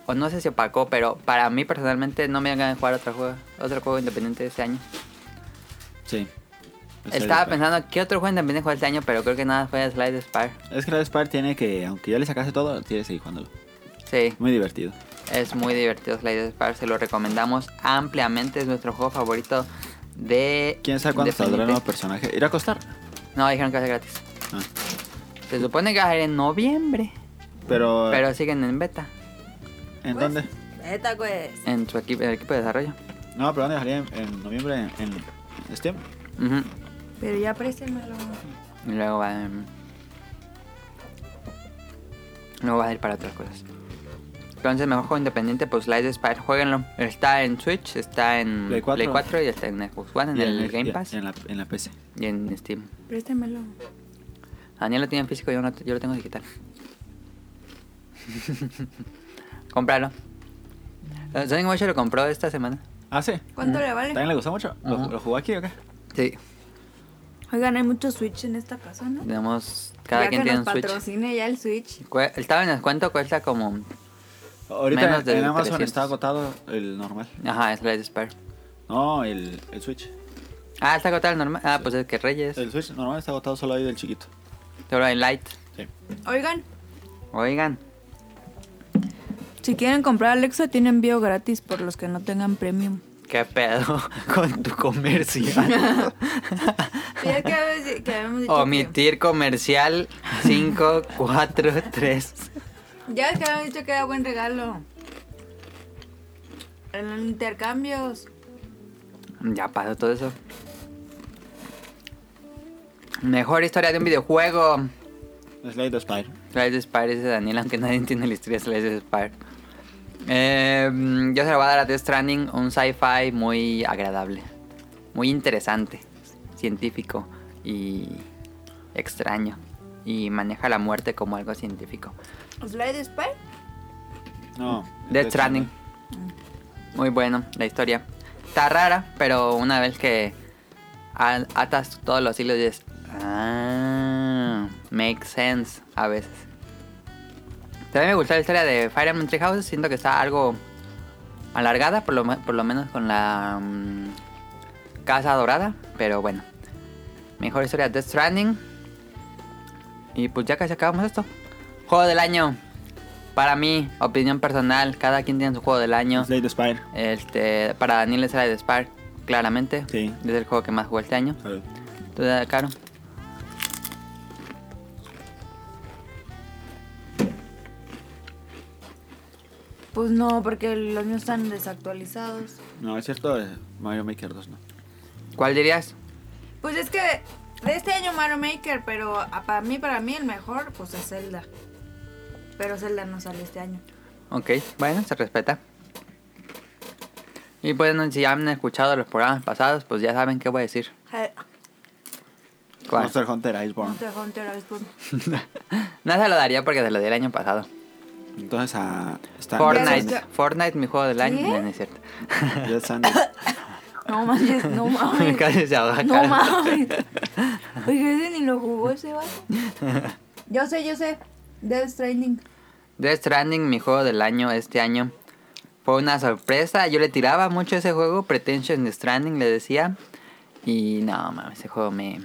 A: O no sé si opacó, pero para mí personalmente no me hagan jugar otro juego, otro juego independiente este año.
B: Sí. Slay
A: Estaba
B: the Spire.
A: pensando qué otro juego independiente jugué este año, pero creo que nada fue Slide Spire.
B: Es que Red Spire tiene que, aunque ya le sacase todo, tiene que seguir jugándolo.
A: Sí,
B: Muy divertido.
A: es muy divertido Slide Spire, se lo recomendamos ampliamente, es nuestro juego favorito de.
B: ¿Quién sabe cuándo saldrá el
A: independiente.
B: nuevo personaje? ¿Ir a costar?
A: No, dijeron que va a ser gratis.
B: Ah.
A: Se supone que va a ser en noviembre,
B: Pero,
A: pero siguen en beta,
B: ¿en
C: Pues,
B: dónde?
C: Neta, pues.
A: en su equipo, en el equipo de desarrollo.
B: No, pero ¿dónde salía? En, en noviembre en, en Steam.
A: Ujú.
C: Pero ya préstemelo.
A: Y luego va em, Luego va a ir para otras cosas. Entonces, mejor juego independiente, pues Slide Spire, jueguenlo. Está en Switch, está en
B: Play 4.
A: y está en Xbox One, en
B: Y
A: el
B: en- y-
A: Game Pass
B: y en la, en la PC.
A: y en Steam.
D: Préstamelo.
A: Daniel lo tiene en físico, yo, no- yo lo tengo digital. Compralo. Eh, Sonic Motion lo compró esta semana.
B: Ah, sí.
D: ¿Cuánto le
B: ¿También
D: vale?
B: le gustó mucho? ¿Lo,
A: Ajá.
B: lo jugó aquí o qué?
A: Sí.
D: Oigan, hay mucho Switch en esta casa, ¿no?
A: Tenemos. Cada
D: ya
A: quien
D: que
A: tiene un
D: nos
A: Switch.
D: patrocine ya el Switch.
A: Cue- Estaba en descuento, cuesta como.
B: Ahorita
A: Menos
B: en,
A: de
B: en Amazon
A: 300.
B: está agotado el normal.
A: Ajá, Slide Spire.
B: No, el, el Switch.
A: Ah, está agotado el normal. Ah, pues es que Reyes.
B: El Switch normal está agotado solo ahí del chiquito.
A: Solo hay Light.
B: Sí.
D: Oigan,
A: Oigan.
D: si quieren comprar Alexa, tienen envío gratis por los que no tengan premium.
A: ¿Qué pedo con tu comercial?
D: Ya que, habéis- que habíamos
A: Oh,
D: dicho que,
A: Omitir comercial 5, 4, 3.
D: ya que habíamos dicho que era buen regalo. En los intercambios.
A: Ya pasó todo eso. Mejor historia de un videojuego.
B: Slade Spire.
A: Slice Spire dice Daniel, aunque nadie entiende la historia de Slice Spire. Eh, mm, yo se lo voy a dar a Death Stranding, un sci-fi muy agradable, muy interesante, científico y extraño. Y maneja la muerte como algo científico.
D: Slide Spy.
B: No.
A: Death Stranding. Muy bueno, la historia. Está rara, pero una vez que a- atas todos los hilos dices... Ah, makes sense a veces. También me gustó la historia de Fire Emblem Three Houses. Siento que está algo alargada, por lo, me- por lo menos con la mm, Casa Dorada. Pero bueno. Mejor historia Death Stranding. Y pues ya casi acabamos esto. Juego del año. Para mí, opinión personal, cada quien tiene su juego del año.
B: Slade Spire.
A: Este, para Daniel es la de Spark, claramente.
B: Sí.
A: Es el juego que más jugó este año.
B: Salud.
A: ¿Tú, da- Caro?
D: Pues no, porque los míos están desactualizados.
B: No, es cierto, eh, Mario Maker 2 no.
A: ¿Cuál dirías?
D: Pues es que de este año Mario Maker, pero a- para mí, para mí el mejor, pues es Zelda. Pero Zelda no sale este año.
A: Ok, bueno, se respeta. Y bueno, si ya han escuchado los programas pasados, pues ya saben qué voy a decir.
D: Ja-
A: ¿Cuál?
B: Monster Hunter Iceborne.
D: Hunter x Hunter pues, Iceborne.
A: No se lo daría porque se lo di el año pasado.
B: Entonces a. está-
A: Fortnite.
D: Ya
A: Fortnite, mi juego del año.
D: ¿Qué?
A: No, no es cierto.
B: Death Stranding.
D: No mames, no mames.
A: Casi se ahoga,
D: No
A: Caro.
D: mames. Oiga, ese ni lo jugó ese vato. Yo sé, yo sé. Death Stranding.
A: Death Stranding, mi juego del año este año. Fue una sorpresa. Yo le tiraba mucho a ese juego, Pretension Stranding, le decía. Y no, mames, ese juego me,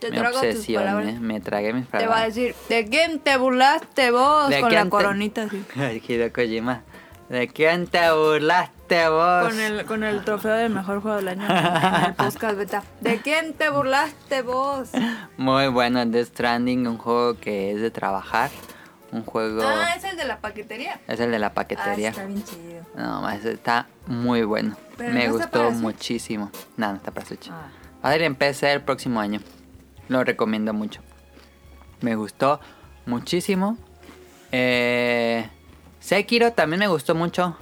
D: Te
A: me eh.
D: trago tus
A: obsesioné.
D: palabras.
A: Me tragué mis
D: Te va a
A: palabras.
D: decir, ¿de quién te burlaste vos?
A: ¿De
D: Con
A: quién
D: la
A: te-
D: coronita, sí.
A: Ay, Hideo Kojima. ¿De quién te burlaste vos?
D: Con el, con el trofeo del mejor juego del año en el podcast beta. ¿De quién te burlaste vos?
A: Muy bueno, Death Stranding, un juego que es de trabajar. Un juego.
D: Ah, es el de la paquetería.
A: Es el de la paquetería.
D: Ah, está bien chido.
A: No, mames, está muy bueno.
D: Pero
A: Me
D: no está
A: gustó
D: para Switch.
A: muchísimo. Nada, no está para Switch.
D: Ah.
A: Va a salir en PC el próximo año. Lo recomiendo mucho. Me gustó muchísimo. Eh, Sekiro también me gustó mucho.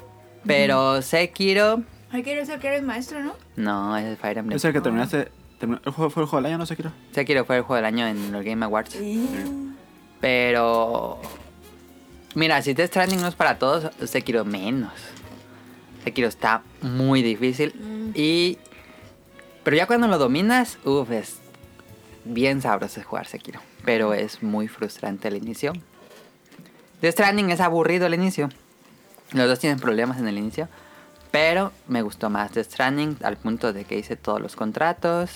A: Pero Sekiro.
D: Ay, quiero ser que eres maestro, ¿no?
A: No, ese es Fire Emblem.
B: Es el que terminaste. terminó- el juego, fue el juego del año, no sé, quiero.
A: Sekiro fue el juego del año en los Game Awards. Pero. Mira, si Death Stranding no es para todos, Sekiro menos. Sekiro está muy difícil.
D: Mm.
A: Y. Pero ya cuando lo dominas, uff, es bien sabroso jugar Sekiro. Pero es muy frustrante al inicio. Death Stranding es aburrido al inicio. Los dos tienen problemas en el inicio. Pero me gustó más Death Stranding al punto de que hice todos los contratos.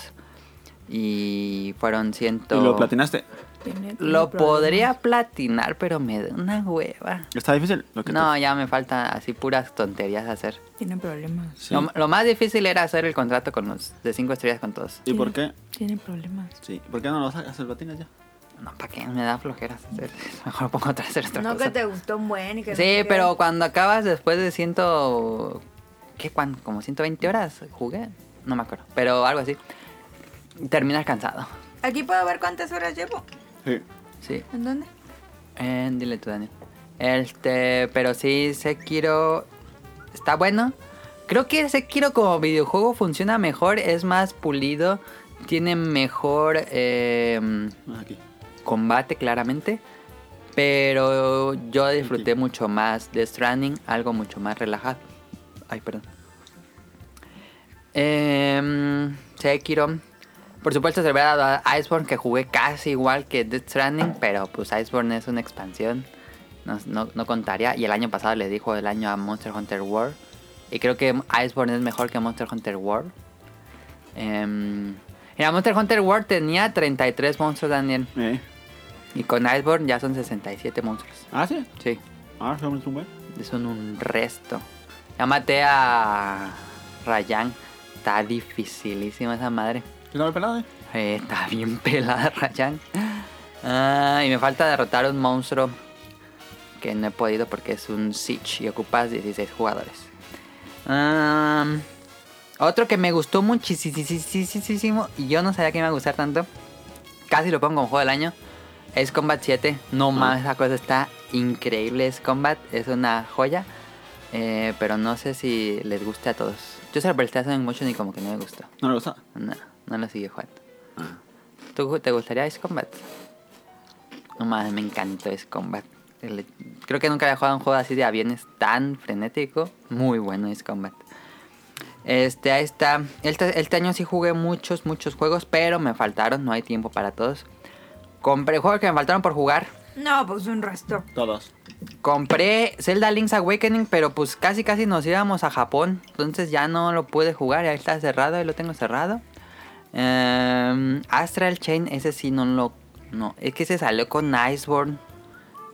A: Y fueron ciento...
B: Y lo platinaste.
D: Tenía como
A: Lo
D: problemas.
A: podría platinar, pero me da una hueva.
B: Está difícil. Lo que
A: No, ya me falta así puras tonterías hacer.
D: Tiene problemas.
B: Sí.
A: Lo, lo más difícil era hacer el contrato con los de 5 estrellas con todos.
B: ¿Y por qué?
D: Tiene problemas.
B: Sí. ¿Por qué no lo sacas el platino ya?
A: No, ¿para qué? Me da flojeras hacer. Mejor pongo otra hacer otra
D: No
A: cosa.
D: que te gustó un buen y que no sé
A: Sí,
D: qué.
A: pero cuando acabas después de ciento... ¿Qué? cuán- Como 120 horas jugué. No me acuerdo. Pero algo así. Terminas cansado.
D: Aquí puedo ver cuántas horas llevo.
B: Sí.
A: Sí.
D: ¿En dónde?
A: Eh, dile tú, Daniel. Este, pero sí, Sekiro está bueno. Creo que Sekiro como videojuego funciona mejor, es más pulido, tiene mejor eh,
B: Aquí.
A: combate claramente. Pero yo disfruté
B: Ok.
A: mucho más de Stranding, algo mucho más relajado. Ay, perdón. Em, Sekiro. Por supuesto se le hubiera dado a Iceborne que jugué casi igual que Death Stranding, pero pues Iceborne es una expansión. No, no- no contaría. Y el año pasado le dijo el año a Monster Hunter World. Y creo que Iceborne es mejor que Monster Hunter World. Em, mira, Monster Hunter World tenía 33 monstruos, Daniel.
B: Eh.
A: Y con Iceborne ya son 67 monstruos.
B: Ah, sí.
A: Sí,
B: Ah, solamente un buen.
A: son un resto. Ya maté a Rayan. Está dificilísima esa madre.
B: ¿Qué tal el pelado, eh?
A: Eh, está bien pelada Rayan. Ah, y me falta derrotar a un monstruo que no he podido porque es un Siege y ocupas 16 jugadores. Am, otro que me gustó muchísimo y yo no sabía que me iba a gustar tanto. Casi lo pongo como juego del año. Es Combat 7. No más, esa cosa está increíble. Es Combat, es una joya. Eh, pero no sé si les guste a todos. Yo se lo presté hace mucho ni como que no me gustó.
B: No le gusta.
A: No, no lo sigue jugando. ¿Tú te gustaría Ace Combat? No mames, me encantó Ace Combat. El- Creo que nunca había jugado un juego así de aviones tan frenético. Muy bueno Ace Combat. Este, ahí está. Este, este año sí jugué muchos, muchos juegos, pero me faltaron. No hay tiempo para todos. Compré juegos que me faltaron por jugar.
C: No, pues un resto.
B: Todos.
A: Compré Zelda Link's Awakening, pero pues casi casi nos íbamos a Japón. Entonces ya no lo pude jugar, ya está cerrado, ahí lo tengo cerrado. Em, Astral Chain, ese sí no lo... No, es que se salió con Iceborne.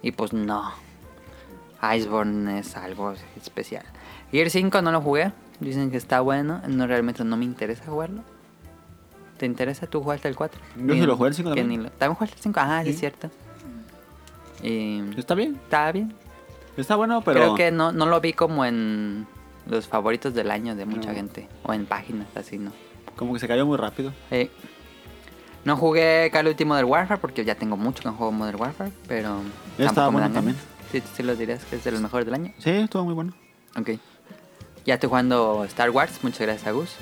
A: Y pues no. Iceborne es algo especial. Gear 5 no lo jugué. Dicen que está bueno. No, realmente no me interesa jugarlo. ¿Te interesa? ¿Tú jugaste el 4?
B: Yo sí lo jugué el 5
A: Que
B: también.
A: ni lo- ¿También jugaste el 5? Ah, sí,
B: Sí.
A: es cierto. Em,
B: Está bien.
A: Está bien.
B: Está bueno, pero.
A: Creo que no, no lo vi como en los favoritos del año de mucha
B: No.
A: gente. O en páginas, así, ¿no?
B: Como que se cayó muy rápido.
A: Eh, no jugué Call of Duty Modern Warfare porque ya tengo mucho que no juego Modern Warfare, pero...
B: Ya
A: tampoco
B: estaba
A: me
B: bueno
A: dan ganas.
B: también.
A: Sí, sí los dirías que es de los mejores del año.
B: Sí, estuvo muy bueno.
A: Ok. Ya estoy jugando Star Wars, muchas gracias a Gus.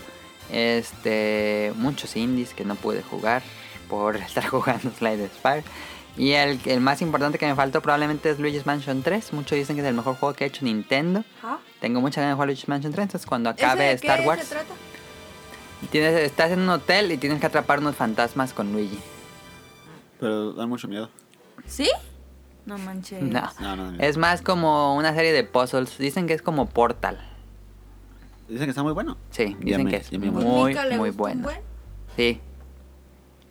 A: Este, muchos indies que no pude jugar por estar jugando Slide Spire. Y el, el más importante que me faltó probablemente es Luigi's Mansion 3. Muchos dicen que es el mejor juego que ha hecho Nintendo.
C: ¿Ah?
A: Tengo mucha ganas de jugar Luigi's Mansion 3, entonces cuando
C: ¿Ese
A: acabe
C: de
A: Star
C: qué se
A: Wars,
C: trata?
A: tienes, estás en un hotel y tienes que atrapar unos fantasmas con Luigi.
B: Pero da mucho miedo.
C: ¿Sí? No manches.
A: No.
B: No, no, no.
A: Es más como una serie de puzzles. Dicen que es como Portal.
B: Dicen que está muy bueno.
A: Sí,
B: Ya
A: dicen
B: me-
A: que es
B: ya me
A: muy,
B: emocioné.
A: muy,
C: Pues Mica le gustó un
A: bueno.
C: buen.
A: Sí,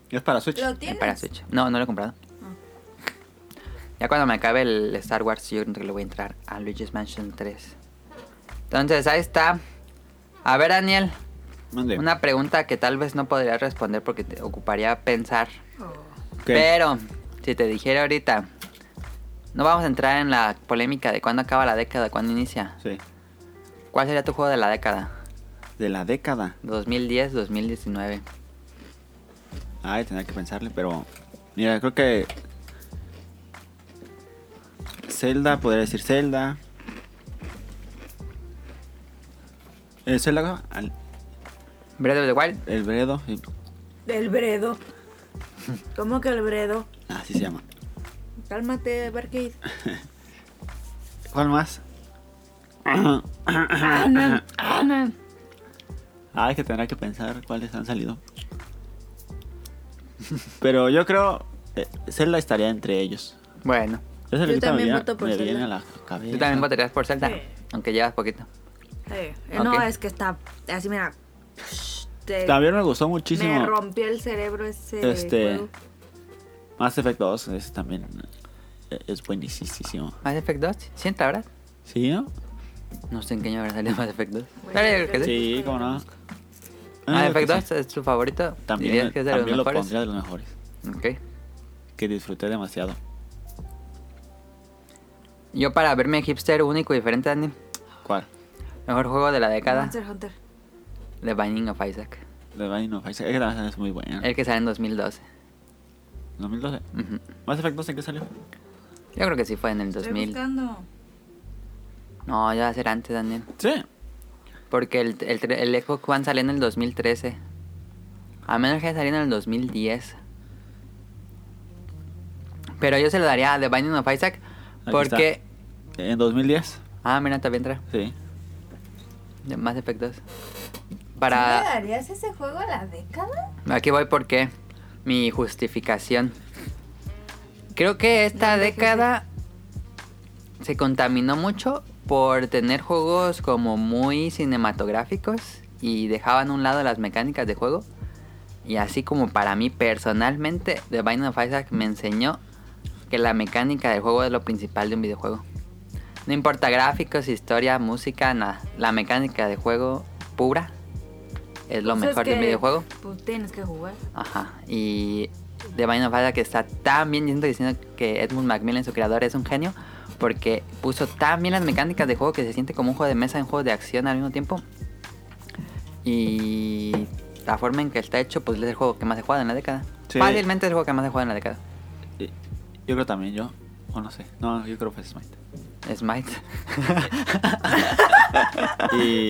B: Es para Switch.
C: ¿Lo
A: eh,
C: tienes? Ah.
A: para Switch. No, no lo he comprado. Ya cuando me acabe el Star Wars, yo creo que le voy a entrar a Luigi's Mansion 3. Entonces, ahí está. A ver, Daniel,
B: Mande.
A: una pregunta que tal vez no podría responder porque te ocuparía pensar.
C: Oh.
B: ¿Qué?
A: Pero, si te dijera ahorita, no vamos a entrar en la polémica de cuándo acaba la década, cuándo inicia.
B: Sí.
A: ¿Cuál sería tu juego de la década?
B: De la década.
A: 2010, 2019.
B: Ay, tendría que pensarle, pero. Mira, creo que. Zelda, podría decir Zelda. Eh, Zelda, al-
A: Breath of the Wild.
B: el Bredo. sí.
C: El bredo. ¿Cómo que el bredo?
B: Así se llama.
C: Cálmate, Barcade.
B: ¿Cuál más? Ay, que tendrá que pensar cuáles han salido. Pero yo creo. eh, Zelda estaría entre ellos.
A: Bueno,
B: Es el
C: Yo
B: que ahorita me
C: también
B: viene-
C: voto por
B: me viene
C: Zelda.
B: a la cabeza.
A: tú también votarías por Zelda,
C: Sí.
A: aunque llevas poquito.
C: Eh, eh, No,
A: Ok.
C: es que está así, mira. Te-
B: También me gustó muchísimo.
C: Me rompió el cerebro ese.
B: Este,
C: juego.
B: Mass Effect 2 es también eh, es buenísimo.
A: Mass Effect 2, ¿sienta, verdad?
B: ¿Sí, no?
A: No sé en qué año habrá salido Mass Effect 2.
C: Bueno,
A: Pero yo creo que
C: creo
A: sí.
C: que-
B: Sí, cómo no.
A: Mass
B: Ah,
A: Effect
B: que
A: 2
B: sí.
A: es tu favorito.
B: También,
A: Dirías que es de los
B: también lo
A: mejores.
B: pondría de los mejores.
A: Ok.
B: Que disfruté demasiado.
A: Yo para verme hipster único y diferente, Dani,
B: ¿Cuál?
A: mejor juego de la década,
C: Monster Hunter.
A: The Binding of Isaac.
B: The Binding of Isaac. Es que también es muy
A: Eh.
B: buena.
A: El que sale en 2012.
B: 2012.
A: Ujú.
B: ¿Mass Effect 2 en qué salió?
A: Yo creo que sí fue en el
C: Estoy
A: 2000.
C: buscando.
A: No, ya va a ser antes, Daniel.
B: Sí.
A: Porque el, el, tre- el Xbox One salió en el 2013. A menos que saliera en el 2010. Pero yo se lo daría a The Binding of Isaac.
B: Aquí
A: Porque.
B: está. En 2010.
A: Ah, mira, también trae
B: Sí.
A: de- más efectos.
D: ¿Tú le
A: Para.
D: darías ese juego a la década?
A: Aquí voy porque. Mi justificación. Creo que esta década. Se contaminó mucho por tener juegos como muy cinematográficos. Y dejaban a un lado las mecánicas de juego. Y así como para mí personalmente, The Binding of Isaac me enseñó que la mecánica del juego es lo principal de un videojuego. No importa gráficos, historia, música, nada. La mecánica de juego pura es lo
C: O sea, Pues es
A: mejor de un
C: que,
A: videojuego.
C: Pues tienes que jugar.
A: Ajá. Y The Binding of Isaac está tan bien, yo siento que siento que Edmund Macmillan, su creador, es un genio. Porque puso tan bien las mecánicas de juego que se siente como un juego de mesa en juego de acción al mismo tiempo. Y la forma en que está hecho, pues es el juego que más he jugado en la década.
B: Sí.
A: Fácilmente es el juego que más he jugado en la década.
B: Y- Yo creo también, yo. O no sé. No, yo creo que es Smite.
A: Smite.
B: Y-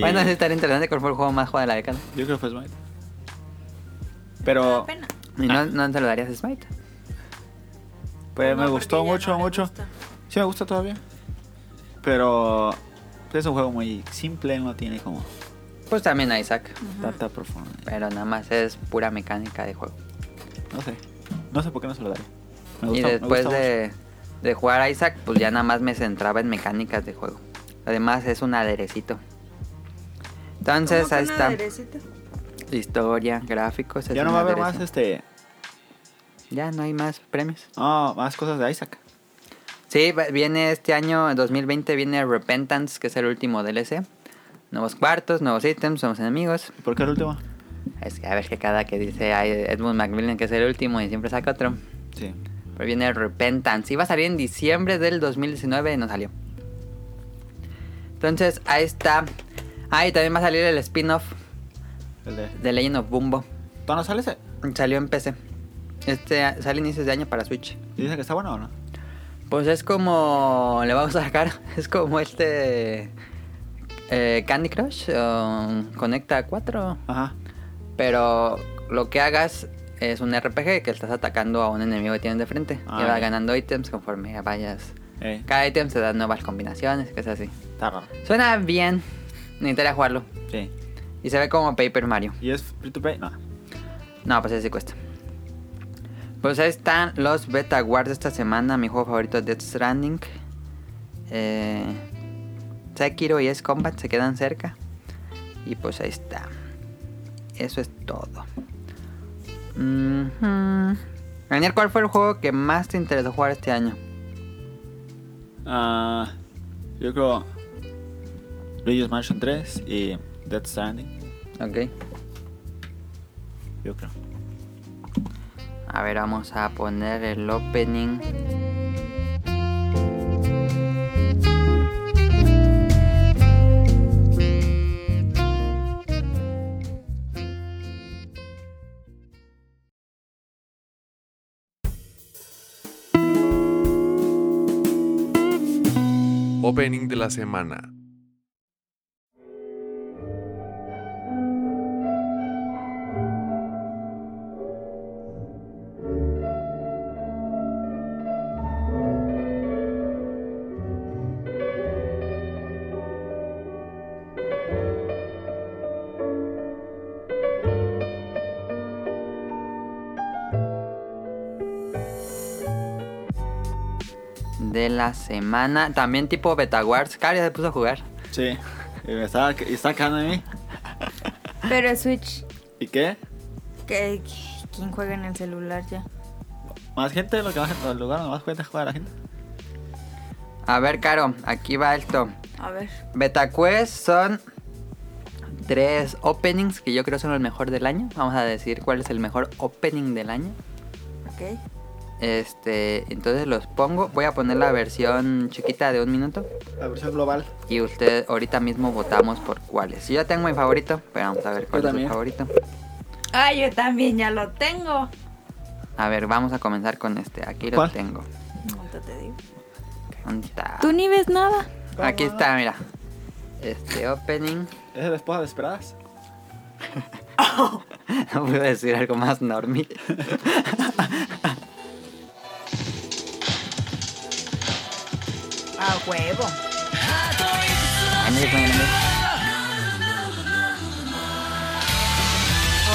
A: Bueno, sí estaría interesante cuál fue el juego más jugado de la década.
B: Yo creo que fue Smite.
C: Me
B: Pero
C: da pena.
A: ¿Y
B: Ah.
A: no, no te lo darías a Smite?
B: pues,
C: No,
B: me
C: porque
B: gustó
C: ya no
B: mucho,
C: le
B: mucho.
C: gusta.
B: Sí, me gusta todavía. Pero es un juego muy simple, no tiene como
A: Pues también a Isaac.
B: tanta profundidad.
A: Pero nada más es pura mecánica de juego.
B: No sé. No sé por qué no se lo daría. Me
A: Y
B: gusta, me
A: después
B: gusta
A: de, de jugar a Isaac, pues ya nada más me centraba en mecánicas de juego. Además es un aderecito. Entonces
C: ¿Cómo que
A: ahí
C: un
A: está.
C: aderecito?
A: Historia, gráficos.
B: mucho.
A: es
B: Ya no
A: un
B: va a haber más
A: aderezo.
B: este.
A: Ya no hay más premios.
B: No, más cosas de Isaac.
A: Sí, va- viene este año, 2020, viene Repentance, que es el último DLC. Nuevos cuartos, nuevos ítems, nuevos enemigos.
B: ¿Y por qué el último?
A: Es que a ver que cada que dice ay, Edmund Macmillan que es el último y siempre saca otro.
B: Sí.
A: Pero viene Repentance. Iba a salir en diciembre del 2019 y no salió. Entonces, ahí está. Ah, y también va a salir el spin-off
B: El de.
A: de Legend of Bumbo.
B: ¿Tú no sale ese?
A: Salió en PC. Este sale a inicios de año para Switch.
B: ¿Dicen que está bueno o no?
A: Pues es como. Le vamos a sacar. Es como este. eh, Candy Crush. o Conecta 4.
B: Ajá.
A: Pero lo que hagas es un RPG que estás atacando a un enemigo que tienes de frente.
B: Ah,
A: y vas
B: ya.
A: ganando ítems conforme vayas.
B: Eh,
A: Cada ítem te da nuevas combinaciones, que es así.
B: está raro.
A: Suena bien. Necesitaría jugarlo.
B: Sí.
A: Y se ve como Paper Mario.
B: ¿Y es free to play? No.
A: No, pues ese sí cuesta. Pues ahí están los beta guards de esta semana. Mi juego favorito, Death Stranding. Eh, Sekiro y S Combat se quedan cerca. Y pues ahí está. Eso es todo. Ujú. Daniel, ¿cuál fue el juego que más te interesó jugar este año?
B: Ah, yo creo. Luigi's Mansion 3 y Death Stranding.
A: Ok.
B: Yo creo.
A: A ver, vamos a poner el opening.
E: Opening de la semana.
A: de la semana. También tipo Betaguards. Caria se puso a jugar.
B: Sí. Y me estaba, y estaba quedando en mí.
D: Pero el Switch.
B: ¿Y qué?
C: ¿Qué- qué- ¿Quién juega en el celular ya?
B: Más gente, lo que más el lugar donde más cuenta juega la gente.
A: A ver, Caro, aquí va esto.
C: A ver.
A: Betaquest son tres openings que yo creo son el mejor del año. Vamos a decir cuál es el mejor opening del año.
C: Ok.
A: Este, entonces los pongo. Voy a poner la versión chiquita de un minuto.
B: La versión global.
A: Y usted ahorita mismo votamos por cuáles. Yo ya tengo mi favorito, pero vamos a ver cuál
B: Yo
A: es mi
B: también.
A: favorito.
C: Ah, yo también ya lo tengo.
A: A ver, vamos a comenzar con este. Aquí lo
B: ¿Cuál?
A: tengo.
C: No te digo.
A: ¿Dónde está?
D: Tú ni ves nada.
A: Aquí está, mira. Este opening.
B: ¿Es la esposa de esperadas?
A: No puedo decir algo más normal.
F: A Ah, huevo.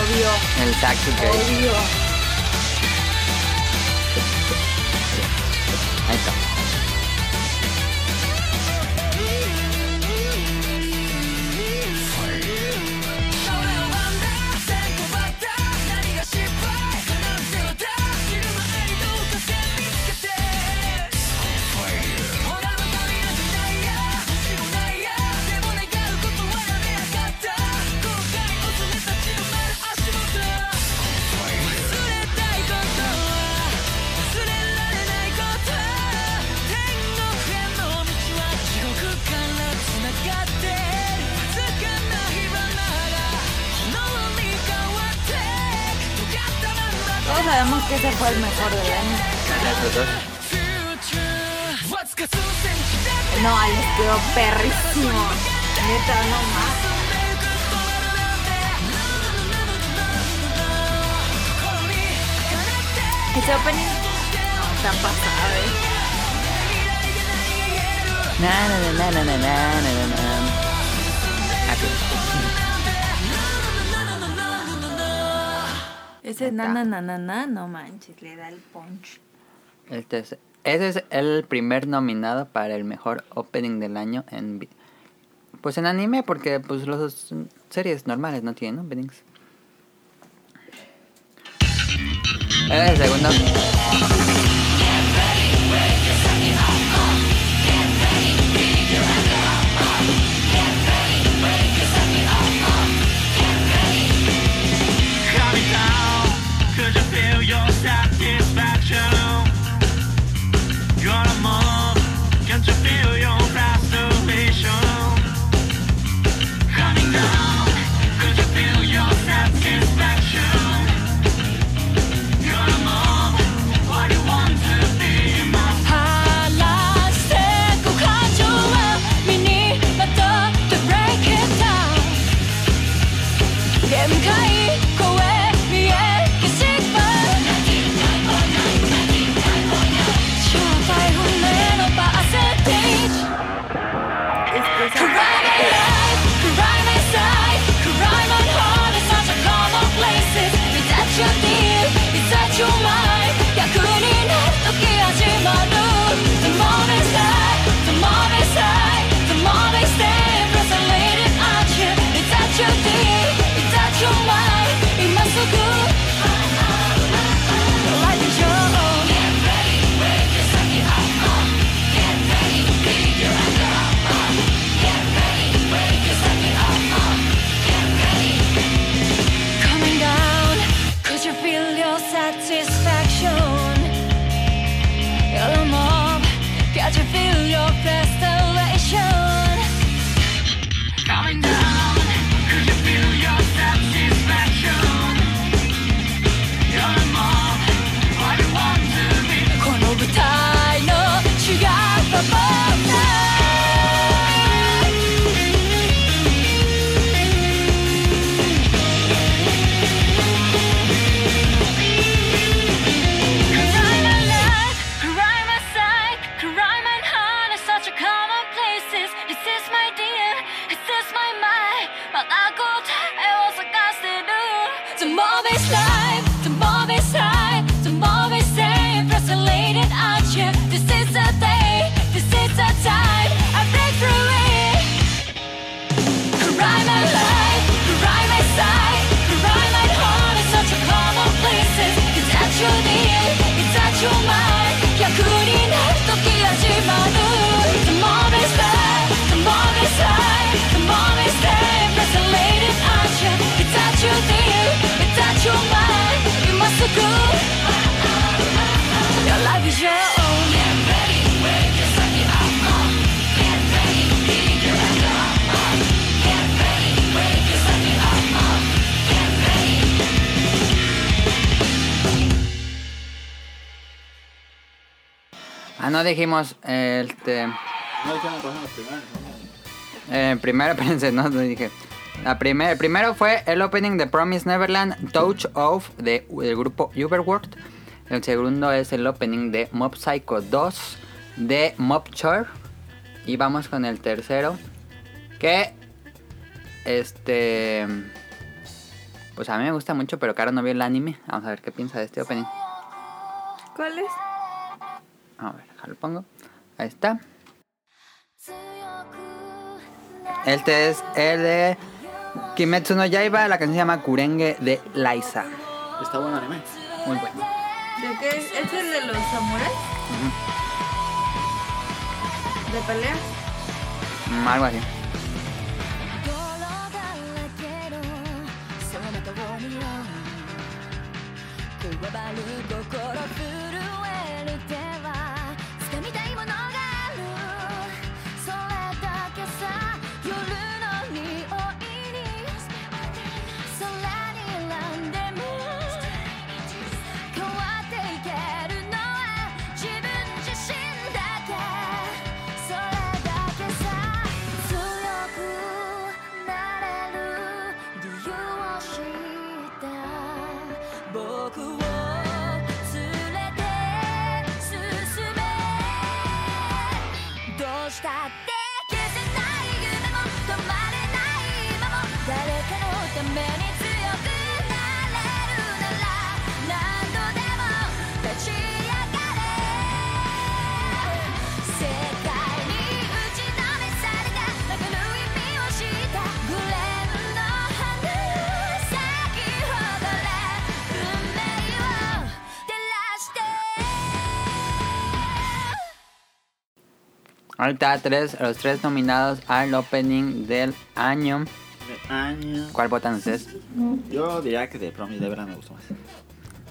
F: Obvio.
A: El saxo que ahí
F: Obvio.
A: está.
F: Todos sabemos que ese fue el mejor del año.
A: Esos dos.
F: No, les quedó perrísimo. Neta, no más.
D: Ese opening.
F: Está pasado, ¿eh?
A: Na, na, na, na, na, na, na, na, na, na. Aquí.
D: Ese na na na na na, no manches, le da el punch.
A: Este es, ese es el primer nominado para el mejor opening del año en vi- pues en anime porque pues las series normales no tienen openings. El segundo.
G: 「晴らしてご感情は身にまと
A: Ah, no dijimos eh, este,
B: No dijeron cuáles son los primeros.
A: eh, primero, espérense, no no dije. La primer, el primero fue el opening de Promise Neverland, Touch of, de, del grupo Uberworld. El segundo es el opening de Mob Psycho 2, de Mob Chore. Y vamos con el tercero, que, este, pues a mí me gusta mucho, pero Caro no vio el anime. Vamos a ver qué piensa de este opening.
C: ¿Cuál es?
A: A ver, acá lo pongo. Ahí está. Este es el de Kimetsu no Yaiba, la canción se llama Kurenge de Liza.
B: Está bueno el anime.
A: Muy bueno.
C: ¿De qué es? ¿Es el de los samuráis? ¿De peleas?
A: Mm, algo así.
F: 「変わっていけるのは自分自身だけ」「それだけさ」「強くなれる理由を知った」「僕を連れて進め」どうしたって消せない夢も止まれない今も誰かのために強くなれるなら何度でも立ち上がれ世界に打ちのめされた泣く意味を知ったグレンの花咲き誇れ運命を照らして
A: Ahorita tres, los tres nominados al opening del año.
B: De año.
A: ¿Cuál votan ustedes?
B: Yo diría que de Promise Neverland me gustó más.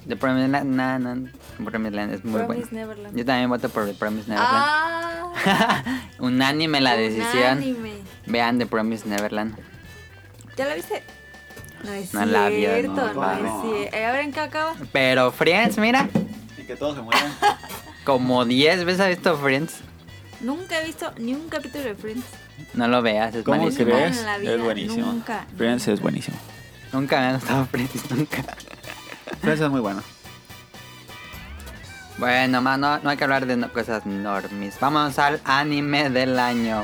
A: The Promised Land, nah, nah, Promised Land es muy bueno.
D: Promised Neverland.
A: Yo también voto por The Promised Neverland.
C: Ah,
A: Unánime la decisión.
C: unánime.
A: Vean The Promised Neverland.
C: ¿Ya la viste? No es
A: No
C: cierto,
A: la
C: no,
A: vi, no,
B: no.
C: es cierto. Eh, A ver en qué acaba.
A: Pero Friends, mira,
B: Y que todos se mueran.
A: como 10 veces ha visto Friends.
C: Nunca he visto ni un capítulo de Friends.
A: No lo veas, es
B: ¿Cómo
A: malísimo.
B: crees?
C: en la vida,
B: es buenísimo.
C: nunca.
B: Friends es buenísimo.
A: Nunca me ha gustado Friends, nunca.
B: Friends es muy bueno.
A: Bueno, más no, no hay que hablar de no- cosas normis. Vamos al anime del año.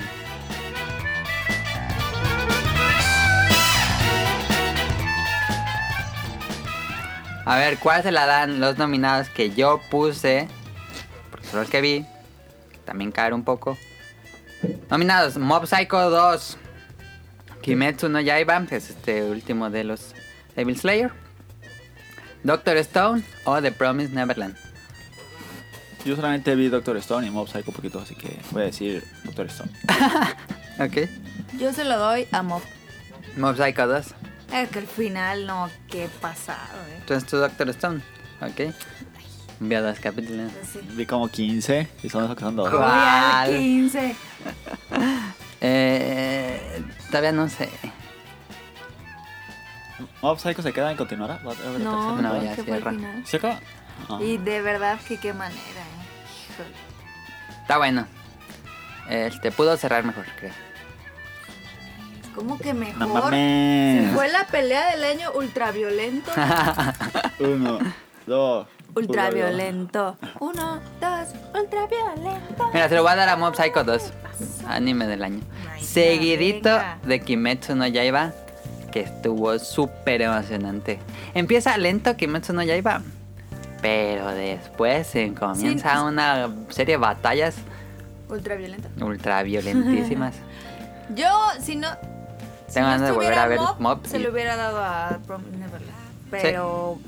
A: A ver, ¿cuál se la dan los nominados que yo puse? Porque son los que vi. También caer un poco. Nominados, Mob Psycho 2. Kimetsu no Yaiba, que es este último de los Devil Slayer. Doctor Stone o The Promised Neverland.
B: Yo solamente vi Doctor Stone y Mob Psycho un poquito, así que voy a decir Doctor Stone.
A: Ok.
C: Yo se lo doy a Mob.
A: Mob Psycho 2.
C: Es que el final, no, qué pasado, eh.
A: Entonces tú Doctor Stone. Ok. Vi a dos capítulos.
C: Así.
B: Vi como 15 y son esos que son dos.
D: Ah.
A: ¿Cuál?
C: Voy al 15.
A: Eh, todavía no sé.
B: Mob Psycho se queda en continuará. ¿Va a haber
C: No,
B: tercera Ah.
A: no,
B: temporada?
A: ya
C: qué fue el
A: cierra.
C: final.
B: ¿Se acaba? No.
C: Y de verdad que qué manera, eh. Híjole.
A: Está bueno. Este, pudo cerrar mejor, creo.
C: ¿Cómo que mejor?
B: No mames.
C: Fue la pelea del año ultraviolento.
B: Uno, dos.
C: ultraviolento. Uno, dos, ultraviolento.
A: Mira, se lo voy a dar a Mob Psycho 2. Anime del año.
C: Ay,
A: Seguidito
C: venga.
A: de Kimetsu no Yaiba. Que estuvo súper emocionante. Empieza lento Kimetsu no Yaiba. Pero después se comienza una serie de batallas
C: Ultraviolento.
A: ultra violentísimas.
C: Yo, si no. si
A: Tengo
C: no
A: ganas de volver
C: estuviera
A: a ver
C: Mob,
A: Mob
C: Se
A: y-
C: lo hubiera dado a Prom Neverland. Pero.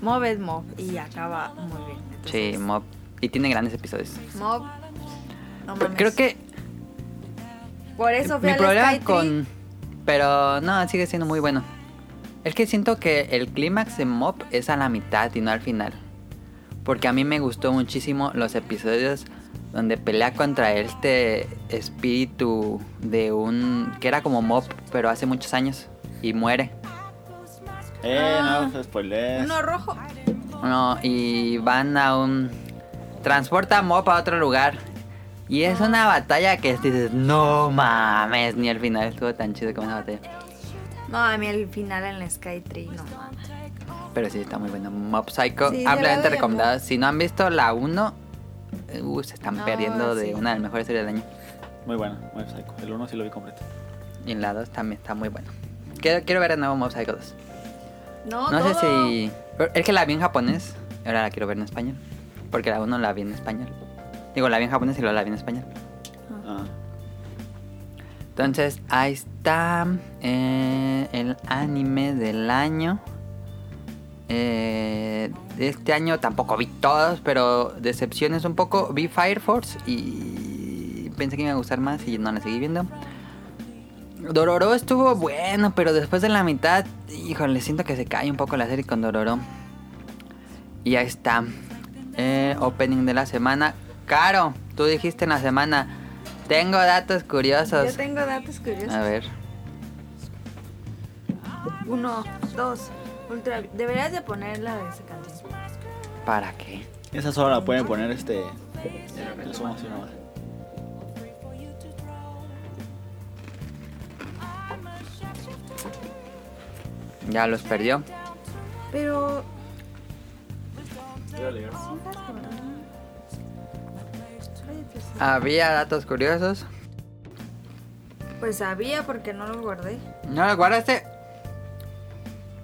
C: Mob es Mob y acaba muy bien. Entonces,
A: sí, Mob. Y tiene grandes episodios.
C: Mob. No
A: Pero
C: mames.
A: Creo que
C: Por eso fui
A: Mi
C: al
A: problema
C: Sky Tree.
A: con. Pero no, sigue siendo muy bueno. Es que siento que el clímax de Mob es a la mitad y no al final. Porque a mí me gustó muchísimo los episodios donde pelea contra este espíritu de un. que era como Mob, pero hace muchos años y muere.
C: Ah.
B: Eh, no, spoilers.
C: Uno rojo.
A: No, y van a un. transporta a Mop a otro lugar. Y es una batalla que dices, no mames, ni el final estuvo tan chido como esa batalla.
D: No, a mí el final en la Sky Tree, no mames.
A: Pero sí, está muy bueno. Mob Psycho,
D: Sí, yo la
A: ampliamente
D: veo,
A: recomendado. Si no han visto la 1, eh, uh, se están
D: No,
A: perdiendo de
D: sí.
A: una de las mejores series del año.
B: Muy buena, muy psycho. El uno sí lo vi completo.
A: Y en la 2 también está muy bueno. Quiero, quiero ver de nuevo Mob Psycho 2.
D: Oh, No,
A: No sé
D: todo.
A: si. pero Es que la vi en japonés. y Ahora la quiero ver en español. Porque la 1 la vi en español. Digo, la vi en japonés y luego la vi en español.
B: Ah,
A: Entonces, ahí está eh, el anime del año. Eh, de este año tampoco vi todos, pero decepciones un poco. Vi Fire Force y pensé que me iba a gustar más y no la seguí viendo. Dororo estuvo bueno, pero después de la mitad, híjole, siento que se cae un poco la serie con Dororo. Y ahí está. Eh, opening de la semana. Caro, tú dijiste en la semana. Tengo datos curiosos.
D: Yo tengo datos curiosos.
A: A ver.
D: Uno, dos, ultra. Deberías de poner la de esa canción.
A: ¿Para qué?
B: Esa solo la pueden poner este. El sumo así nomás.
A: Ya los perdió.
D: Pero
A: Había datos curiosos.
D: pues sabía porque no los guardé.
A: ¿No los guardaste?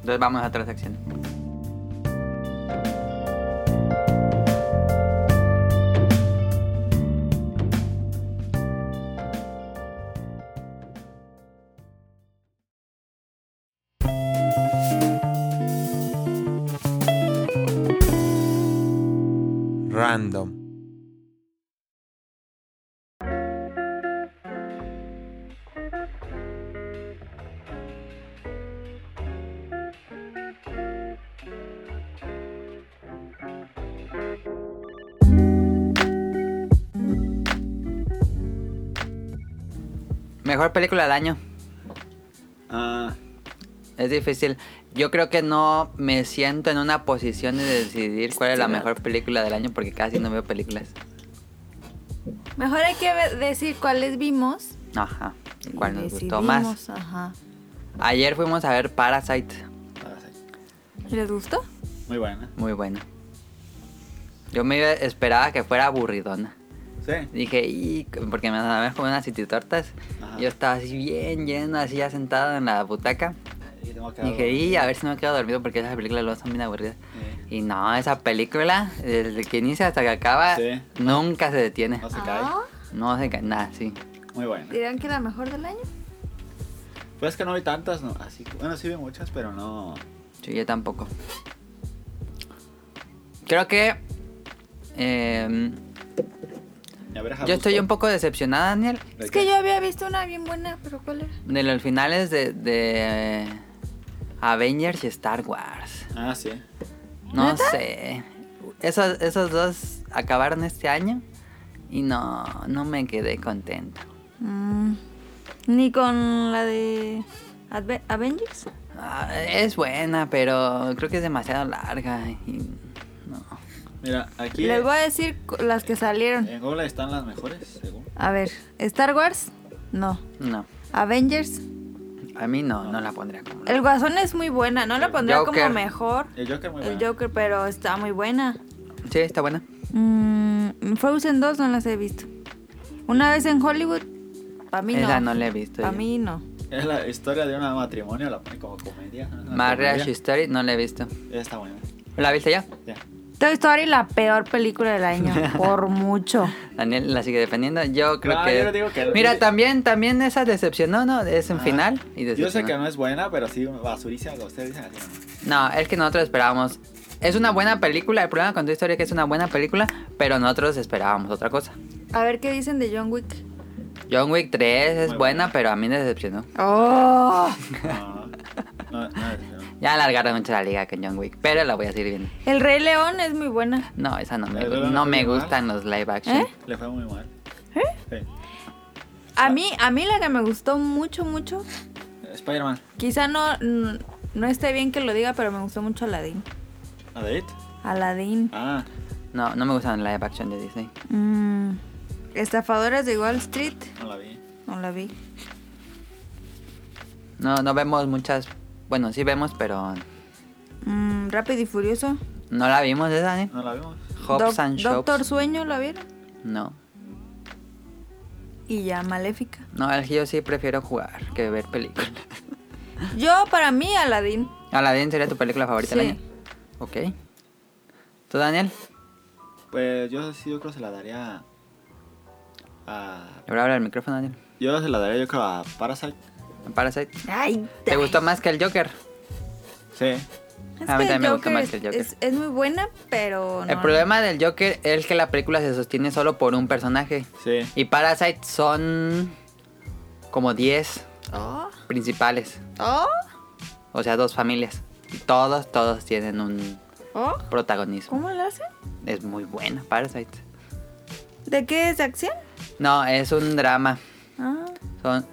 A: Entonces vamos a otra sección.
E: Random.
A: Mejor película del año.
B: Ah,
A: Es difícil. Yo creo que no me siento en una posición de decidir cuál es la mejor película del año porque casi no veo películas.
D: Mejor hay que ve- decir cuáles vimos.
A: Ajá.
D: y
A: ¿Cuál nos gustó
D: decidimos,
A: más?
D: Ajá.
A: Ayer fuimos a ver Parasite.
B: ahora sí.
D: ¿Y les gustó?
B: Muy buena.
A: Muy buena. Yo me esperaba que fuera aburridona.
B: ¿eh? Sí.
A: Dije, y porque me van a comer unas tortas.
B: Ajá.
A: Yo estaba así bien lleno, así ya sentado en la butaca.
B: Y tengo que
A: Dije, y a ver si no me quedo dormido porque esas películas luego son bien aburridas.
B: Sí.
A: Y no, esa película, desde que inicia hasta que acaba,
B: Sí.
A: nunca se detiene.
B: No se cae.
A: No se cae, nada, sí.
B: Muy buena.
D: ¿Dirán que la mejor del año?
B: Pues es que no vi tantas, no. Así, que- bueno, sí vi muchas, pero no.
A: Sí, yo tampoco. Creo que. eh,
B: Y a ver,
A: yo estoy un poco decepcionada, Daniel,
D: Es que yo había visto una bien buena, pero ¿cuál era?
A: de los finales de, de Avengers y Star Wars.
B: Ah, sí.
A: No sé. Esos, esos dos acabaron este año y no, no me quedé contenta.
H: Mm, Ni con la de Adve- Avengers.
A: Ah, es buena, pero creo que es demasiado larga. Y no.
B: Mira, aquí
D: Les voy a decir cu- las que salieron.
B: en Google están las mejores, según.
D: A ver, Star Wars, no.
A: No,
D: Avengers.
A: a mí no, no la pondría como...
D: El Guasón es muy buena, no la pondría
A: Joker.
D: como mejor.
B: El Joker muy
D: El
B: bueno.
D: Joker, pero está muy buena.
A: Sí, está buena.
D: Mm, Frozen 2 no las he visto. Una vez en Hollywood, para mí no.
A: Esa no la he visto.
D: Para
A: yo.
D: mí no.
B: Es la historia de un matrimonio, la pone como comedia. ¿no? Una
A: Marriage
B: comedia.
A: Story no la he visto.
B: Está buena.
A: ¿La viste ya?
B: Ya.
D: Toy Story, la peor película del año, por mucho.
A: Daniel la sigue defendiendo. Yo creo
B: No,
A: que...
B: yo no digo que-
A: Mira, también, también esa decepcionó, ¿no? Es un
B: Ah,
A: final y
B: Yo sé
A: decepcionó.
B: que no es buena, pero sí basurísima, como ustedes dicen así.
A: No, es que nosotros esperábamos. Es una buena película. El problema con tu historia es que es una buena película, pero nosotros esperábamos otra cosa.
D: A ver qué dicen de John Wick.
A: John Wick 3 es
B: Muy
A: buena,
B: buena.
A: pero a mí me decepcionó.
D: Oh,
B: No, no, no, no, no.
A: Ya alargaron mucho la liga con John Wick, pero la voy a seguir viendo.
D: El Rey León es muy buena.
A: No, esa no me,
B: ¿La
A: gu-
B: verdad
A: no
B: no
A: me
B: fue mal?
A: gustan los live action.
D: ¿Eh?
B: Le fue muy mal. ¿Eh?
A: Ah.
D: A mí, a mí la que me gustó mucho, mucho,
B: Spider-Man.
D: quizá no, mm, no esté bien que lo diga, pero me gustó mucho Aladdin.
B: ¿A David?
D: Aladdin.
B: Ah,
A: No, no me gustan las live action de Disney.
D: Mm, Estafadoras de Wall Street.
B: No la vi.
D: No la vi.
A: No, no vemos muchas. Bueno, sí vemos, pero
D: Mm, Rápido y Furioso.
A: no la vimos esa, ¿eh?
B: No la vimos.
A: Hobbs
D: Doc-
A: and Shops.
D: Doctor Sueño, ¿la vieron?
A: No.
D: Y ya, Maléfica.
A: No, al que yo sí prefiero jugar que ver películas.
D: Yo, para mí, Aladdin.
A: Aladdin sería tu película favorita del
D: Sí.
A: año. Ok. ¿Tú, Daniel?
B: Pues yo sí, yo creo que se la daría a.
A: Le voy a hablar el micrófono, Daniel.
B: Yo se la daría, yo creo, a Parasite.
A: Parasite.
D: Ay,
A: ¿Te gustó más que el Joker?
B: Sí.
D: Es
A: A mí
D: que
A: también me gusta
D: Joker
A: más
D: es-
A: que el Joker.
D: Es, es muy buena, pero no.
A: El problema del Joker es que la película se sostiene solo por un personaje.
B: Sí.
A: Y Parasite son como 10 principales.
D: Oh,
A: O sea, dos familias. Y todos, todos tienen un
D: oh,
A: protagonismo.
D: ¿cómo la hacen?
A: Es muy buena Parasite.
D: ¿De qué es acción?
A: No, es un drama.
D: Ah,
A: Son...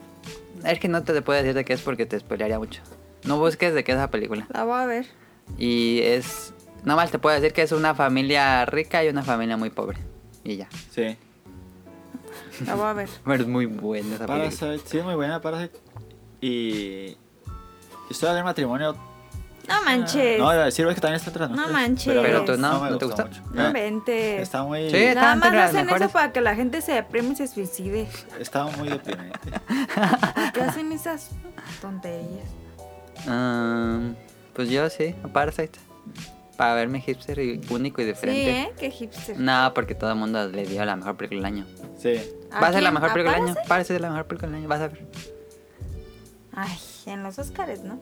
A: Es que no te puedo decir de qué es porque te spoilearía mucho. No busques de qué es la película.
D: la voy a ver.
A: Y es... Nada más te puedo decir que es una familia rica y una familia muy pobre. Y ya.
B: Sí.
D: La voy a ver.
A: Pero es muy buena esa película.
B: Parasite, sí, es muy buena Parasite. Y. Historia del matrimonio.
D: No manches.
B: No, iba a decir, es que también está tras
D: No
B: nosotros,
D: manches.
A: Pero tú no,
B: me
A: ¿no te
B: gustó
A: gusta?
B: mucho.
D: No
B: Eh,
D: inventes.
B: Está muy.
A: Sí.
D: Nada
A: Están
D: más
A: entre
D: no
A: las
D: hacen
A: mejores.
D: eso para que la gente se deprime y se suicide.
B: Está muy deprimente.
D: ¿Por qué hacen esas tonterías?
A: Um, pues yo sí, a Parasite. Para verme hipster y único y
D: Sí,
A: diferente.
D: ¿eh? Qué hipster.
A: No, porque todo el mundo le dio la mejor película del año.
B: Sí.
A: Va a ser la
D: quién?
A: mejor película del año.
D: Parasite?
A: Parece la mejor película del año. Vas a ver.
D: Ay, en los Oscars, ¿no?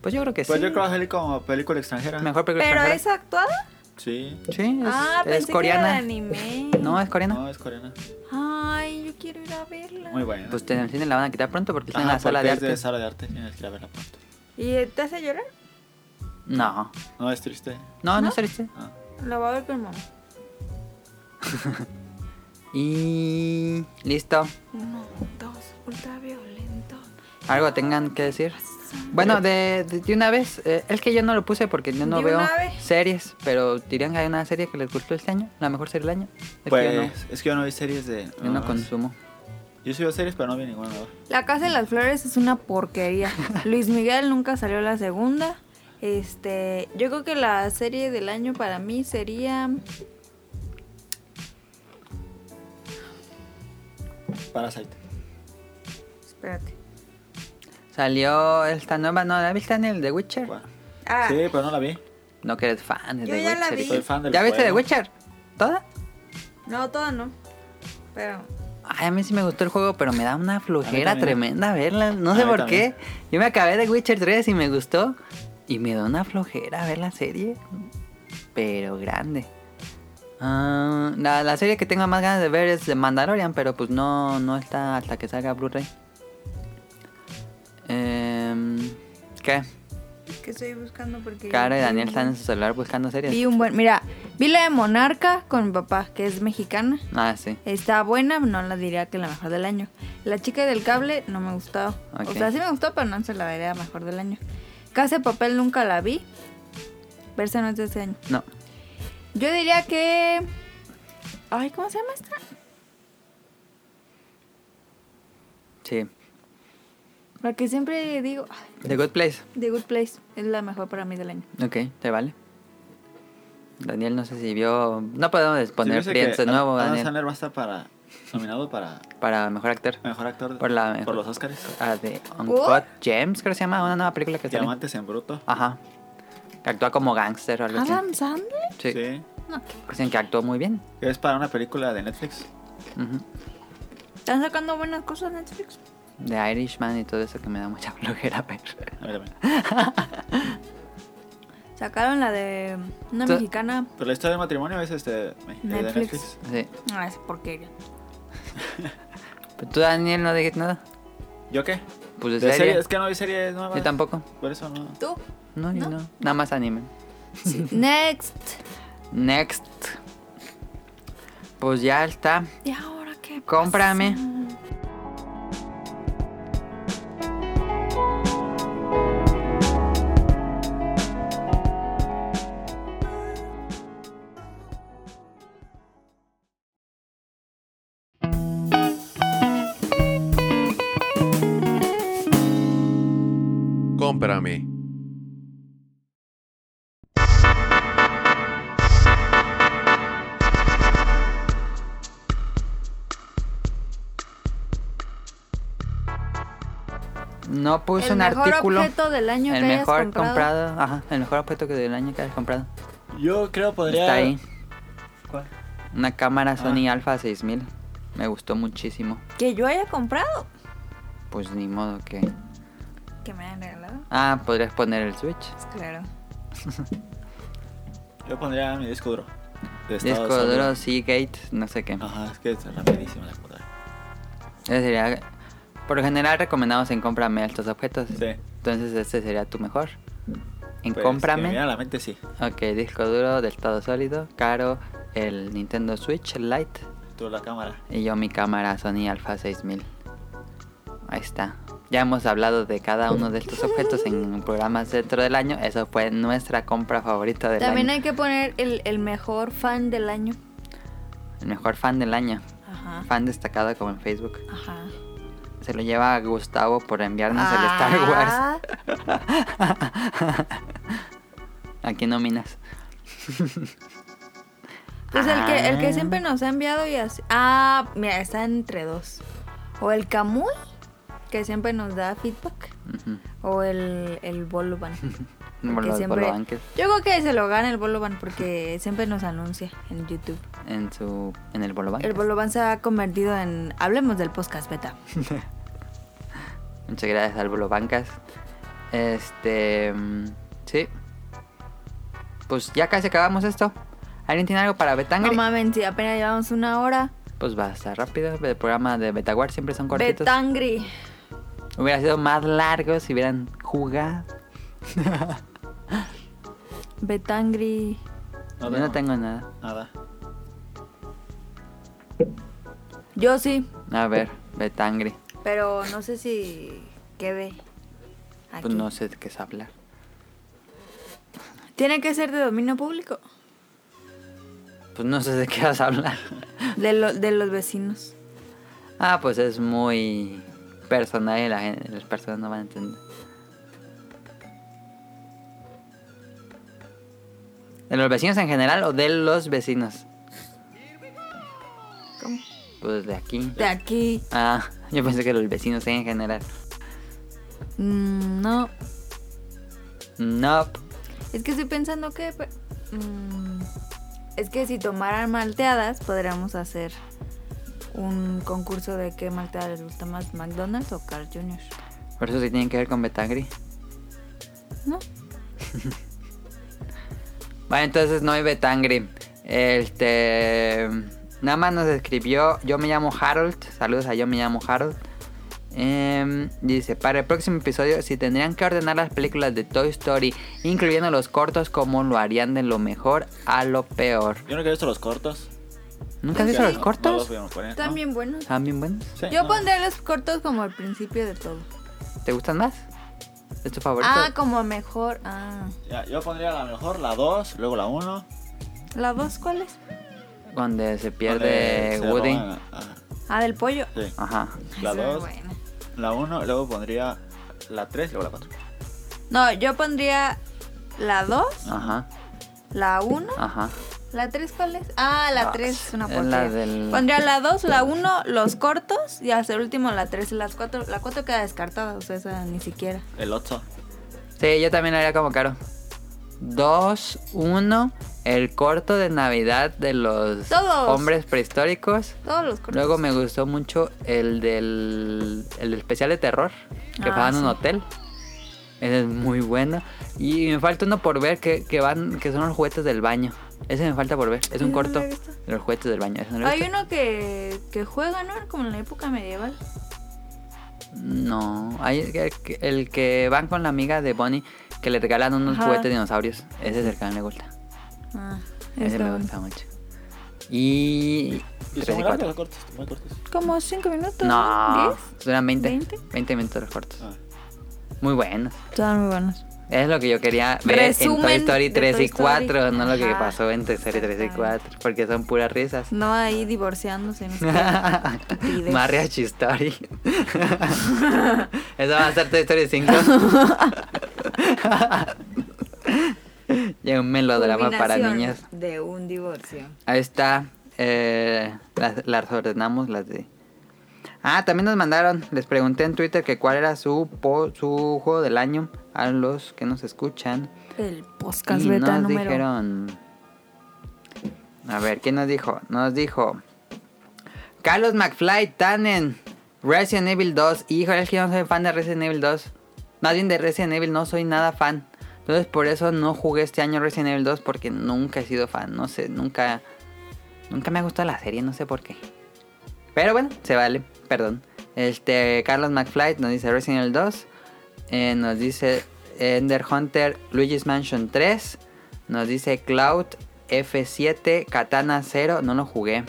A: Pues yo creo que sí.
B: Pues yo creo que salir como película extranjera.
A: Mejor película
D: ¿Pero
A: extranjera.
D: es actuada?
B: Sí.
A: Sí, es,
D: ah,
A: es
D: pensé que era
A: coreana.
D: de anime.
A: No, es coreana.
B: No, es coreana.
D: Ay, yo quiero ir a verla.
B: Muy buena.
A: Pues en el cine la van a quitar pronto porque está
B: Ajá,
A: en la sala
B: Ah, porque
A: de
B: es
A: arte.
B: de sala de arte. Tienes que ir a verla pronto.
D: ¿Y te hace llorar?
A: No.
B: No, es triste.
A: No, no
D: ¿No?
A: es triste.
B: Ah.
D: La voy a ver con mamá.
A: Y listo.
D: Uno, dos, ultra violento.
A: Algo tengan que decir. Bueno, de, de, de una vez, eh, es que yo no lo puse porque yo no
D: De
A: veo
D: una vez.
A: series, pero dirían que hay una serie que les gustó este año, la mejor serie del año. Es que
B: Pues
A: yo no-
B: es que yo no vi series de.
A: yo no,
D: ah,
A: consumo.
B: Yo sí veo series, pero no vi ninguna. ¿no?
D: La Casa de las Flores es una porquería. Luis Miguel nunca salió la segunda. Este, yo creo que la serie del año para mí sería
B: Parasite.
D: Espérate.
A: Salió esta nueva, ¿no? ¿La viste en el The Witcher?
B: Bueno.
D: Ah,
B: Sí, pero no la vi.
A: No que eres fan de
D: Yo
A: The
D: ya
A: Witcher.
D: la vi.
A: hijo.
B: Soy fan del
A: ¿Ya viste The
B: juego.
A: Witcher? ¿Toda?
D: no, toda no. Pero
A: Ay, a mí sí me gustó el juego, pero me da una flojera
B: también.
A: tremenda verla. No
B: A
A: sé
B: mí
A: por
B: también.
A: qué. Yo me acabé de Witcher 3 y me gustó. Y me da una flojera ver la serie. Pero grande. Ah, la, la serie que tengo más ganas de ver es The Mandalorian, pero pues no, no está hasta que salga Blu-ray. Em, ¿Qué?
D: es que estoy buscando porque
A: Caro y Daniel están en su celular buscando series.
D: Vi un buen, mira, vi la de Monarca con mi papá, que es mexicana.
A: Ah, sí.
D: Está buena, no la diría que la mejor del año. La chica del cable no me gustó.
A: Ok.
D: O sea, sí me gustó, pero no se la daría mejor del año. Casa de papel nunca la vi. Versa no es de este año.
A: No.
D: Yo diría que. Ay, ¿cómo se llama esta?
A: Sí.
D: La que siempre digo. ay,
A: The Good Place.
D: The Good Place es la mejor para mí del año.
A: Ok, te vale. Daniel no sé si vio... No podemos poner
B: Sí, me dice
A: Friends de
B: que ah,
A: nuevo,
B: Adam
A: Daniel,
B: Sandler va a estar para, nominado para
A: para Mejor Actor.
B: mejor actor
A: Por la mejor-
B: los Oscars.
A: Ah, de Uncut James, creo que se llama, una nueva película que sale.
B: Diamantes en bruto.
A: Ajá. Que actúa como gángster o algo así.
D: ¿Adam Sandler?
A: Sí.
B: Sí.
D: No, ¿qué?
A: Dicen que actuó muy bien.
B: Es para una película de Netflix.
A: Ujú.
D: ¿Están sacando buenas cosas Netflix?
A: De Irishman y todo eso que me da mucha flojera ver.
B: A mí también.
D: Sacaron la de una
A: Tú-
D: mexicana.
B: Pero la historia del matrimonio es este, eh, de
D: Netflix.
B: Netflix.
A: Sí.
D: Ah, es porquería.
A: Pero Pues tú, Daniel, no dijiste nada.
B: ¿Yo qué?
A: Pues de,
B: De
A: serie.
B: Es que no vi series nuevas.
A: Yo tampoco.
B: Por eso no.
D: ¿Tú?
A: No, yo no. Nada más anime.
D: Next.
A: Next. Pues ya está.
D: ¿Y ahora qué?
A: Cómprame.
E: Cómprame.
A: No puse
D: el
A: un
D: mejor
A: artículo.
D: objeto del año
A: el
D: que hayas
A: mejor
D: comprado.
A: comprado. Ajá, el mejor objeto que del año que has comprado.
B: Yo creo podría.
A: Está ahí.
B: ¿Cuál?
A: Una
B: Ah.
A: cámara Sony Alpha 6000. Me gustó muchísimo.
D: Que yo haya comprado.
A: Pues ni modo que.
D: Que me hayan regalado.
A: Ah, podrías poner el Switch.
D: Pues claro.
B: Yo pondría mi disco duro. De estado
A: Disco
B: sólido. Ah.
A: duro Seagate, no sé qué.
B: Ajá, es que es rapidísimo la computadora.
A: Ese sería. Por lo general recomendamos en cómprame estos objetos.
B: Sí.
A: Entonces este sería tu mejor. En
B: Pues, que me
A: cómprame.
B: viene a la mente sí.
A: Ok, disco duro de estado sólido, caro, el Nintendo Switch Lite
B: Tú la cámara.
A: y yo mi cámara Sony Alpha 6000. Ahí está. Ya hemos hablado de cada uno de estos objetos en programas dentro del año. Eso fue nuestra compra favorita del
D: También
A: año.
D: hay que poner el, el mejor fan del año.
A: El mejor fan del año.
D: Ajá.
A: Fan destacado como en Facebook.
D: Ajá.
A: Se lo lleva a Gustavo por enviarnos el Star Wars.
D: Ah,
A: Aquí nominas.
D: Pues el que, el
A: Ah.
D: que siempre nos ha enviado y así. Ah, mira, está entre dos. O el Kamui, que siempre nos da feedback.
A: Ujú.
D: O el, el Bolovan.
A: Por
D: Porque
A: los
D: siempre-
A: Bolobankers
D: Yo creo que se lo gana el Bolovan porque siempre nos anuncia en YouTube.
A: en su en el Bolobank.
D: El Bolovan se ha convertido en. Hablemos del podcast beta.
A: Muchas gracias al Bolo Bancas. Este. mm, Sí. Pues ya casi acabamos esto. ¿Alguien tiene algo para
D: No
A: Betangri?
D: mames, si apenas llevamos una hora.
A: pues va a estar rápido. El programa de Betaguard siempre son cortitos.
D: Betangri.
A: Hubiera sido más largo si hubieran jugado.
D: Betangri.
A: Yo no tengo nada.
B: Nada.
D: Yo sí,
A: A ver, Betangri.
D: pero no sé si quede. Aquí.
A: Pues no sé de qué es hablar.
D: Tiene que ser de dominio público.
A: Pues no sé de qué vas a hablar.
D: De, lo- de los vecinos.
A: Ah, pues es muy personal y la gen- las personas no van a entender. ¿De los vecinos en general o de los vecinos?
D: ¿Cómo?
A: Pues de aquí.
D: De aquí.
A: Ah, yo pensé que los vecinos en general.
D: Mm, no.
A: No,
D: Es que estoy pensando que. pe- mm, es que si tomaran malteadas, podríamos hacer un concurso de qué malteada les gusta más, McDonald's o Carl Jr.
A: por eso sí tienen que ver con Betangri.
D: No.
A: Bueno, entonces no hay Betangri. Este. Nada más nos escribió. Yo me llamo Harold. Saludos a Yo me llamo Harold. Em, dice: Para el próximo episodio, si tendrían que ordenar las películas de Toy Story, incluyendo los cortos, ¿cómo lo harían de lo mejor a lo peor?
B: Yo no que he visto los cortos.
A: ¿Nunca has visto
B: Ya,
A: los
B: No los
A: cortos?
B: podemos poner, ¿no? Ah,
D: Están bien buenos.
A: ¿Están bien buenos?
B: Sí,
D: Yo
B: no.
D: pondré los cortos como al principio de todo.
A: ¿Te gustan más? ¿Es tu favorito?
D: Ah, como mejor. Ah.
B: Ya, yo pondría la mejor, la 2, luego la 1.
D: ¿La dos cuál es?
A: Donde se pierde Woody.
D: Ah, del pollo.
B: sí.
A: Ajá.
B: La
D: Esa es
B: 2,
D: buena.
B: la 1, luego pondría la 3, luego la 4.
D: No, yo pondría la 2,
A: Ajá.
D: la 1,
A: Ajá.
D: la 3 cuál es? Ah, la 3 es una
A: es
D: porquería.
A: la del-
D: Pondría la 2, la 1, los cortos y hasta el último la 3 y las 4. La 4 queda descartada, o sea, esa ni siquiera.
B: El 8.
A: Sí, yo también lo haría como caro. Dos, uno, el corto de Navidad de los
D: Todos.
A: hombres prehistóricos.
D: Todos los cortos.
A: Luego me gustó mucho el del el especial de terror que
D: Ah,
A: van en un
D: sí.
A: hotel. Ese es muy bueno. Y me falta uno por ver que, que van que son los juguetes del baño. Ese me falta por ver. Es un
D: Ese no lo
A: corto
D: he visto.
A: de los juguetes del baño. Ese no lo he
D: Hay
A: visto.
D: uno que, que juega, ¿no? Como en la época medieval.
A: No, hay el que, el que van con la amiga de Bonnie que le regalan unos
D: Ajá.
A: juguetes de dinosaurios. Ese es el que a mí me gusta.
D: Ah,
A: Ese
D: está
A: me
D: bueno.
A: gusta mucho. Y.
B: Y
A: tres
B: son
A: y
B: muy largos
A: cuatro.
B: los cortos, muy cortos.
D: Como 5 minutos.
A: No,
D: ¿10?
A: duran 20, 20.
D: ¿Veinte?
A: minutos los cortos.
B: Ah.
A: Muy buenos.
D: Estaban muy buenos.
A: Es lo que yo quería ver en Toy
D: Resumen
A: Story
D: de
A: 3
D: Toy
A: y 4,
D: Story.
A: no lo que
D: Ajá.
A: pasó en Toy Story 3 y 4, porque son puras risas.
D: No ahí divorciándose. no sé qué.
A: Mariachi Story. Eso va a ser Toy Story 5. y un melodrama para
C: Culminación
A: niños.
C: De un divorcio.
A: Ahí está. eh, las, las ordenamos, las de. Ah, también nos mandaron. Les pregunté en Twitter que cuál era su, po- su juego del año a los que nos escuchan.
D: El podcast
A: y
D: beta
A: nos
D: número.
A: dijeron. A ver, ¿quién nos dijo? Nos dijo. Carlos McFly Tannen. Resident Evil 2. Híjole, es que yo no soy fan de Resident Evil 2. Más bien de Resident Evil no soy nada fan. Entonces por eso no jugué este año Resident Evil 2 porque nunca he sido fan. No sé, nunca. Nunca me ha gustado la serie, no sé por qué. Pero bueno, se vale, perdón. Este, Carlos McFly nos dice Resident Evil 2. eh, nos dice Ender Hunter Luigi's Mansion 3. Nos dice Cloud F7 Katana 0. No lo jugué.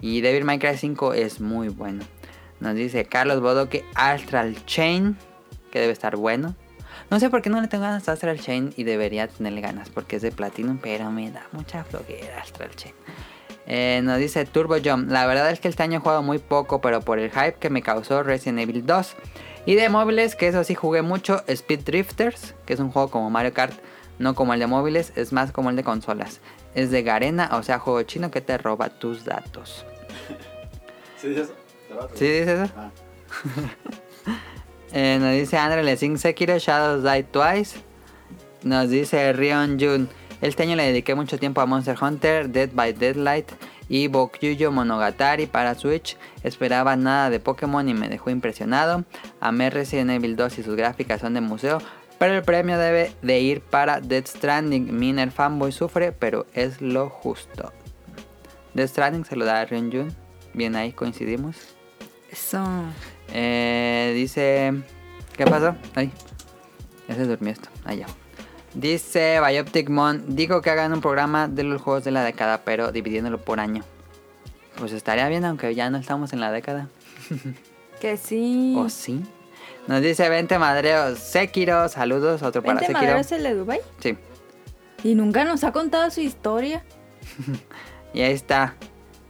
A: Y Devil May Cry 5 es muy bueno. Nos dice Carlos Bodoque Astral Chain. Que debe estar bueno. No sé por qué no le tengo ganas a Astral Chain y debería tenerle ganas porque es de Platinum, pero me da mucha floquera Astral Chain. Eh, nos dice Turbo Jump. La verdad es que este año he jugado muy poco, pero por el hype que me causó Resident Evil 2. Y de móviles, que eso sí jugué mucho, Speed Drifters, que es un juego como Mario Kart, no como el de móviles, es más como el de consolas. Es de Garena, o sea, juego chino que te roba tus datos.
B: ¿Sí dices eso? Te va a
A: ¿Sí dices eso?
B: Ah.
A: Eh, nos dice Andre Lessing Sekiro Shadows Die Twice. Nos dice Rion Jun. Este año le dediqué mucho tiempo a Monster Hunter, Dead by Deadlight y Bokyuyo Monogatari para Switch. Esperaba nada de Pokémon y me dejó impresionado. Amé Resident Evil 2 y sus gráficas son de museo. Pero el premio debe de ir para Dead Stranding. Miner Fanboy sufre, pero es lo justo. Dead Stranding se lo da a Rion Jun. Bien ahí coincidimos.
D: Eso.
A: Eh, dice. ¿Qué pasó? Ay. Ya se durmió esto. Allá. Dice Bioptic Mon. Digo que hagan un programa de los juegos de la década, pero dividiéndolo por año. Pues estaría bien, aunque ya no estamos en la década.
D: Que sí.
A: ¿O sí? Nos dice Vente Madreo Sekiro. Saludos, otro para
D: ¿Vente
A: Sekiro.
D: Madero es el de Dubai?
A: Sí.
D: Y nunca nos ha contado su historia.
A: Y ahí está.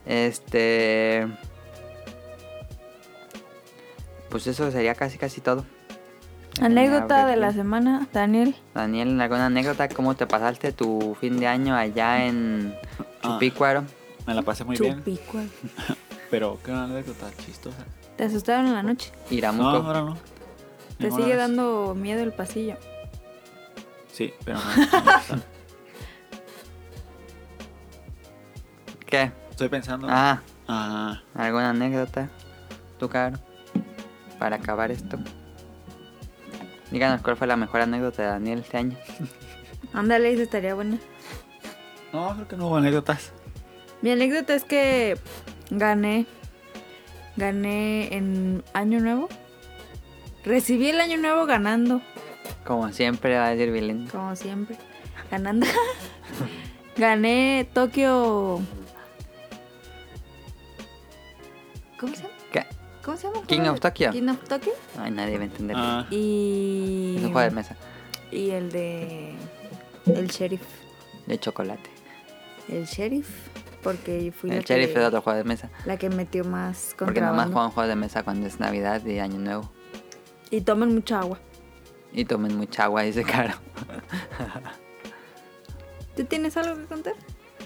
A: Este. Pues eso sería casi casi todo. Déjenme
D: Anécdota de
A: abrir
D: la
A: bien.
D: semana, Daniel.
A: Daniel, ¿alguna anécdota? ¿Cómo te pasaste tu fin de año allá en
B: Ah.
A: Chupicuaro?
B: Me la pasé muy bien,
D: Chupicual.
B: pero qué una anécdota chistosa.
D: Te asustaron en la noche.
B: No,
A: Iramuco.
B: ahora no.
D: Te
B: Ninguna
D: sigue
B: vez.
D: dando miedo el pasillo.
B: Sí, pero no. no.
A: ¿Qué?
B: Estoy pensando.
A: Ah,
B: Ah,
A: ¿alguna anécdota? ¿Tú, caro? Para acabar esto. Díganos cuál fue la mejor anécdota de Daniel este año.
D: Ándale, esa estaría buena.
B: no, creo que no hubo anécdotas.
D: Mi anécdota es que gané. Gané en Año Nuevo. Recibí el Año Nuevo ganando,
A: Como siempre va a decir Vilín.
D: como siempre. Ganando. gané Tokio. ¿Cómo se llama?
A: ¿Qué?
D: ¿Cómo se llama?
A: King of Tokyo.
D: King of Tokyo.
A: Ay, nadie va a entender.
B: Ah,
D: Y.
A: Es un juego de mesa.
D: Y el de. El sheriff.
A: De chocolate.
D: El sheriff. Porque fui la
A: El sheriff
D: que,
A: es otro juego de mesa.
D: la que metió más
A: Porque nomás
D: contrabando.
A: juegan juegos de mesa cuando es Navidad y Año Nuevo.
D: Y tomen mucha agua.
A: Y tomen mucha agua, dice Caro.
D: ¿Tú tienes algo que contar?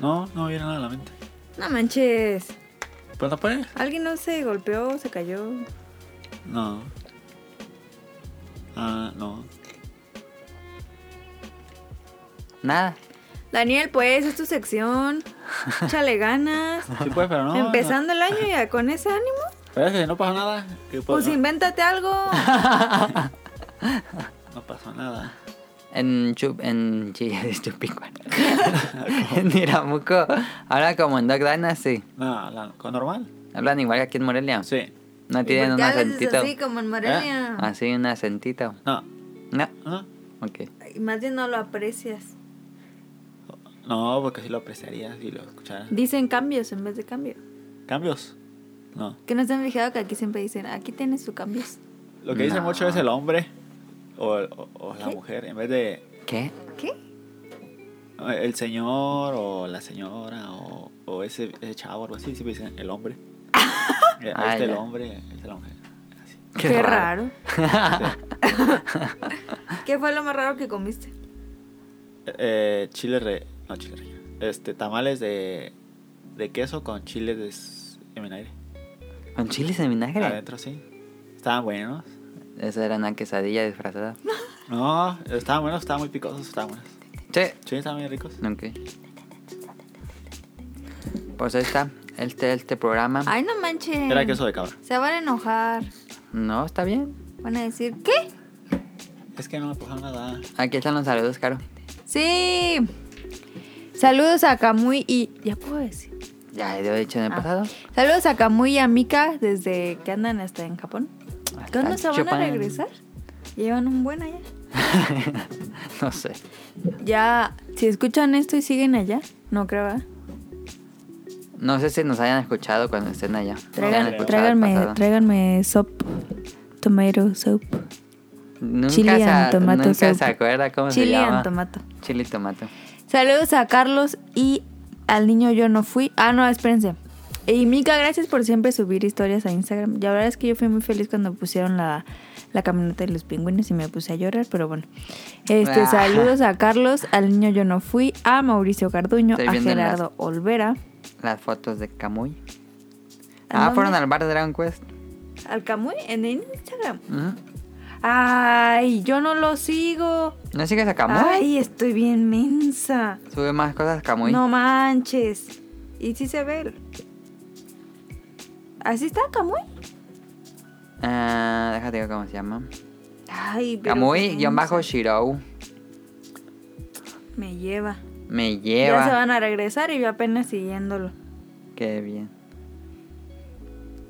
B: no, no me viene nada a la mente.
D: No manches.
B: ¿Pero no puede?
D: Alguien no se golpeó, se cayó.
B: No. Ah, no.
A: Nada.
D: Daniel, pues, es tu sección. Échale ganas.
B: Sí puede, pero no. Pues
D: Empezando el año ya con ese ánimo.
B: no. Pero es que no pasó nada. que
A: Oh,
B: puedo-
D: Pues invéntate algo.
B: no pasó nada.
A: En Chup, en Chi- Chupicuán. en Iramuco. Ahora como en Dog Dynasty.
B: No, la- con normal.
A: Hablan igual que aquí en Morelia.
B: Sí.
A: No tienen un Ah,
D: Ya les dices
A: acentito.
D: así como en Morelia.
A: Así un acentito.
B: No,
A: No,
B: no.
A: ok.
D: Y Más bien no lo aprecias.
B: No, porque si lo apreciaría si lo escuchara.
D: Dicen cambios en vez de cambio.
B: ¿Cambios? No.
D: Que no se han fijado que aquí siempre dicen, aquí tienes tus cambios.
B: Lo que dicen
A: No.
B: mucho es el hombre. O, o- o la mujer, en vez de
A: ¿Qué?
D: ¿Qué?
B: eh, el señor o la señora o, o ese, ese chavo, algo así, siempre dicen el hombre. Eh,
A: Ah,
B: este el
A: ya.
B: hombre, este la mujer. Así.
A: Qué
D: ¿Qué fue lo más raro que comiste?
B: Eh, chile re. No, chile re. Este, tamales de, de queso con chile de, s- en vinagre.
A: ¿Con chiles en vinagre?
B: Adentro, sí. Estaban buenos.
A: Esa era una quesadilla disfrazada.
B: No, estaban buenos, estaban muy picosos, estaban buenos.
A: Sí.
B: Sí, estaban bien ricos.
A: Ok. Pues ahí está. Este, este programa.
D: Ay, no manches.
B: Era queso de cabra.
D: Se van a enojar.
A: No, está bien.
D: Van a decir, ¿qué?
B: Es que no me puso nada.
A: Aquí están los saludos, Caro.
D: Sí. Saludos a Camuy y... ¿Ya puedo decir?
A: Ya he dicho en el
D: Ah.
A: pasado.
D: Saludos a Kamui y a Mika desde que andan hasta en Japón.
A: Hasta
D: ¿Cuándo se van
A: Chopin.
D: a regresar? Llevan un buen allá.
A: no sé.
D: Ya, si escuchan esto y siguen allá, no creo, ¿verdad?
A: No sé si nos hayan escuchado cuando estén allá.
D: Traigan-
A: No hayan escuchado el
D: tráiganme,
A: pasado.
D: tráiganme soap, tomato soup,
A: Nunca,
D: chili
A: se,
D: and tomato
A: nunca se
D: soup.
A: acuerda cómo se
D: chili
A: llama.
D: and tomato.
A: Chili y tomato.
D: Saludos a Carlos y al niño yo no fui. Ah, no, espérense. Y Mika, gracias por siempre subir historias a Instagram. Ya la verdad es que yo fui muy feliz cuando pusieron la, la caminata de los pingüinos y me puse a llorar, pero bueno. Este,
A: Ah.
D: saludos a Carlos, al niño yo no fui, a Mauricio Carduño,
A: Estoy
D: a
A: viendo en las-
D: Gerardo Olvera,
A: Las fotos de Camuy.
D: ¿A
A: Ah,
D: dónde?
A: fueron al bar de Dragon Quest.
D: al Camuy en Instagram.
A: Ujú.
D: Ay, yo no lo sigo.
A: ¿No sigues a Camuy?
D: Ay, estoy bien mensa.
A: Sube más cosas Camuy.
D: No manches. Y sí se ve. Así está Camuy.
A: Ah, déjate digo cómo se llama.
D: Ay, pero qué
A: Camuy, guión bajo
D: mensa.
A: Shirou.
D: Me lleva.
A: Me
D: Ya se
A: lleva.
D: van a regresar y yo apenas siguiéndolo.
A: Qué bien.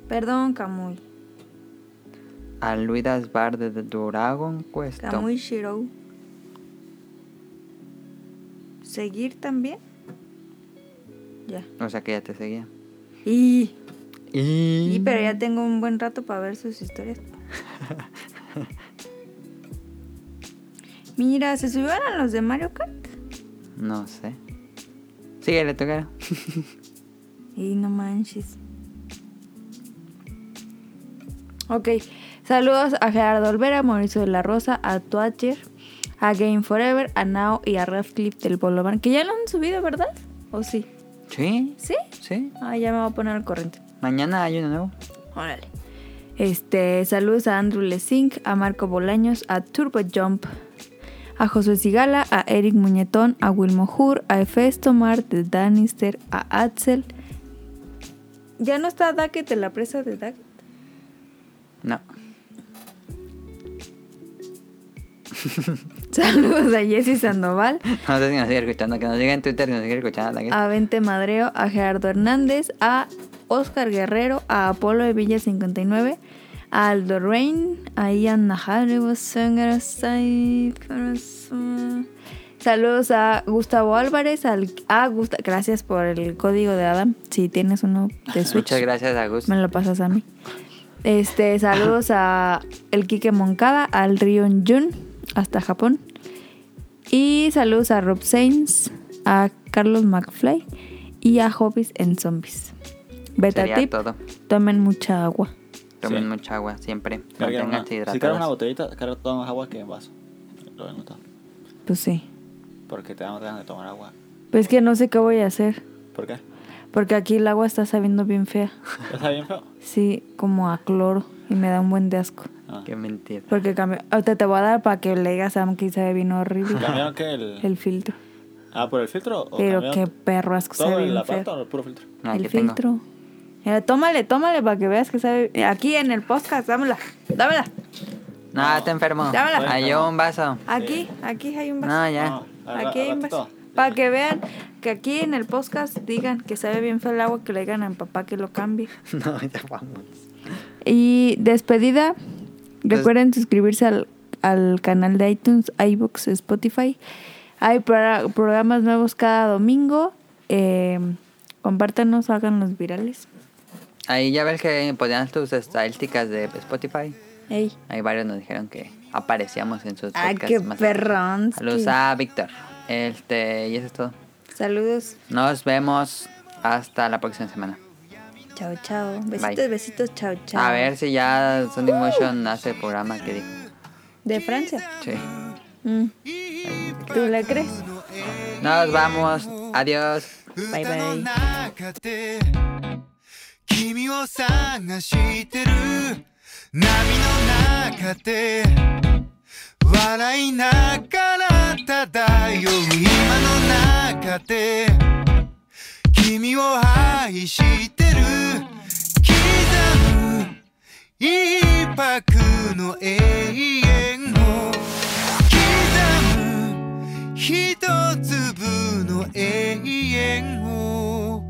D: Perdón, Camuy.
A: A Luidas Bar de Dragon Quest.
D: Camuy Shirou. ¿Seguir también? Ya.
A: O sea que ya te seguía.
D: Y,
A: Y...
D: y pero ya tengo un buen rato para ver sus historias. Mira, se subieron los de Mario Kart.
A: No sé. Síguele, tú, cara.
D: Y no manches. Ok, saludos a Gerardo Olvera, Mauricio de la Rosa, a Twatcher, a Game Forever, a Nao y a Radcliffe del Bolovan, que ya lo han subido, ¿verdad? ¿O sí?
A: ¿Sí?
D: ¿Sí?
A: ¿Sí?
D: Ah, ya me voy a poner al corriente.
A: Mañana hay uno nuevo.
D: Órale. Este, saludos a Andrew Lesink, a Marco Bolaños, a Turbo Jump, a Josué Sigala, a Eric Muñetón, a Wilmo Hur, a Efesto Mart de Danister, a Axel. ¿Ya no está Dackett en la presa de Dackett?
A: No.
D: Saludos a Jesse Sandoval,
A: No sé si nos sigue escuchando. Que nos diga en Twitter que nos sigue escuchando. la que-
D: a Vente Madreo, a Gerardo Hernández, a Oscar Guerrero, a Apolo de Villa 59, a Aldo Rain, a Ian Najaribos, Saludos a Gustavo Álvarez, al, a Gusta- gracias por el código de Adam. Si tienes uno de Switch,
A: Muchas gracias, Agus.
D: me lo pasas a mí. Este, saludos a el Quique Moncada, al Rion Jun, hasta Japón. Y saludos a Rob Sainz, a Carlos McFly y a Hobbies en Zombies. Beta
A: Sería
D: tip,
A: todo.
D: tomen mucha agua.
A: Tomen
B: Sí.
A: mucha agua siempre.
B: Carguen una-
A: Manténganse
B: si cargas una
A: hidratados.
B: botellita, carga toda más agua que en vaso. Lo he notado.
D: Pues sí.
B: Porque te dan ganas de tomar agua.
D: Pues que no sé qué voy a hacer,
B: ¿Por qué?
D: porque aquí el agua está sabiendo bien fea.
B: ¿Está bien feo?
D: Sí, como a cloro y me da un buen de asco.
B: Ah.
A: Qué mentira.
D: Porque cambió, ahorita te voy a dar para que le digas a Sam que sabe vino horrible
B: ¿Cambiaron que el,
D: el filtro.
B: Ah, por el filtro? ¿O
D: Pero
B: cambiaron
D: qué perro asco
B: ¿Todo
D: sabe
B: el
D: bien
B: aparato
D: feo.
B: o el puro filtro?
A: Ah,
D: el
A: aquí tengo.
D: filtro. Mira, tómale, tómale para que veas que sabe. Eh, Aquí en el podcast, dámela, dámela.
A: No, está enfermo.
D: Dámela.
A: Hay un vaso.
D: Aquí, aquí hay un vaso.
A: No, ya.
B: No, al-
D: aquí
B: al
D: hay un
B: ratito.
D: vaso. Para que vean que aquí en el podcast digan que sabe bien feo el agua, que le digan a mi papá que lo cambie.
A: No, ya vamos.
D: Y despedida,
A: Des-
D: recuerden suscribirse al, al canal de iTunes, iBox, Spotify. Hay para- programas nuevos cada domingo. Eh, compártanos, hagan los virales.
A: Ahí ya ves que ponían tus estadísticas de Spotify.
D: Ey,
A: Hay varios nos dijeron que aparecíamos en sus
D: Ay,
A: podcasts
D: qué
A: más-
D: perrón.
A: Saludos a Víctor. Este, y eso es todo.
D: Saludos.
A: Nos vemos hasta la próxima semana.
D: Chao, chao. Besitos,
A: Bye.
D: besitos, chao, chao.
A: A ver si ya Sonic Motion hace el programa que dijo.
D: De Francia.
A: Sí.
D: Mm. ¿Tú le crees?
A: Nos vamos. Adiós.
D: バイバイ
I: 歌の中で君を探してる波の中で笑いながら漂う今の中で君を愛してる刻む一泊の永遠を刻む一粒の永遠を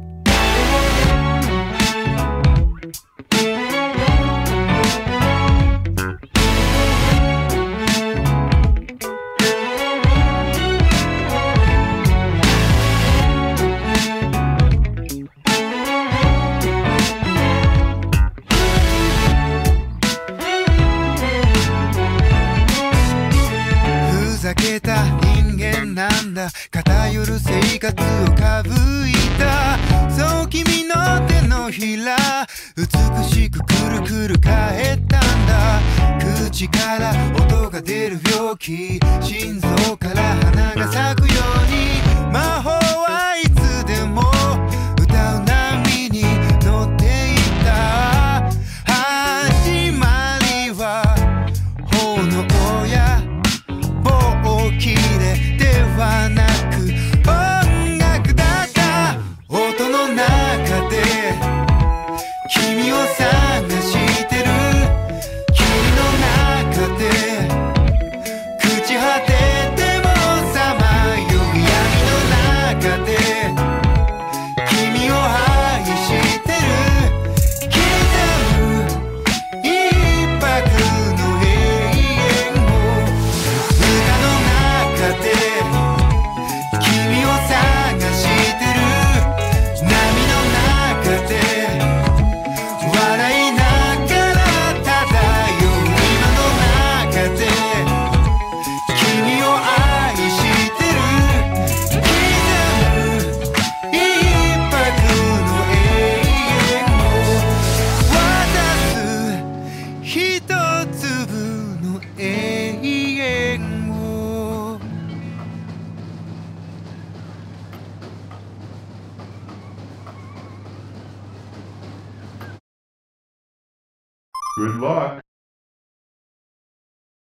I: ふざけた人間なんだ偏る生活をかぶいたそう君の手のひら美しくくるくる変えたんだ口から音が出る病気心臓から花が咲くように魔法はいつでも歌う波に乗っていた始まりは炎や棒を切れではなく音楽だが音の中で君を探してる君の中で朽ち果ててもさまよう闇の中で君を愛してる刻む一泊の永遠を歌の中で君を探してる波の中で笑いながら漂う今の中で君を愛してる刻む一泊の永遠を渡す一粒の永遠を
J: Good luck.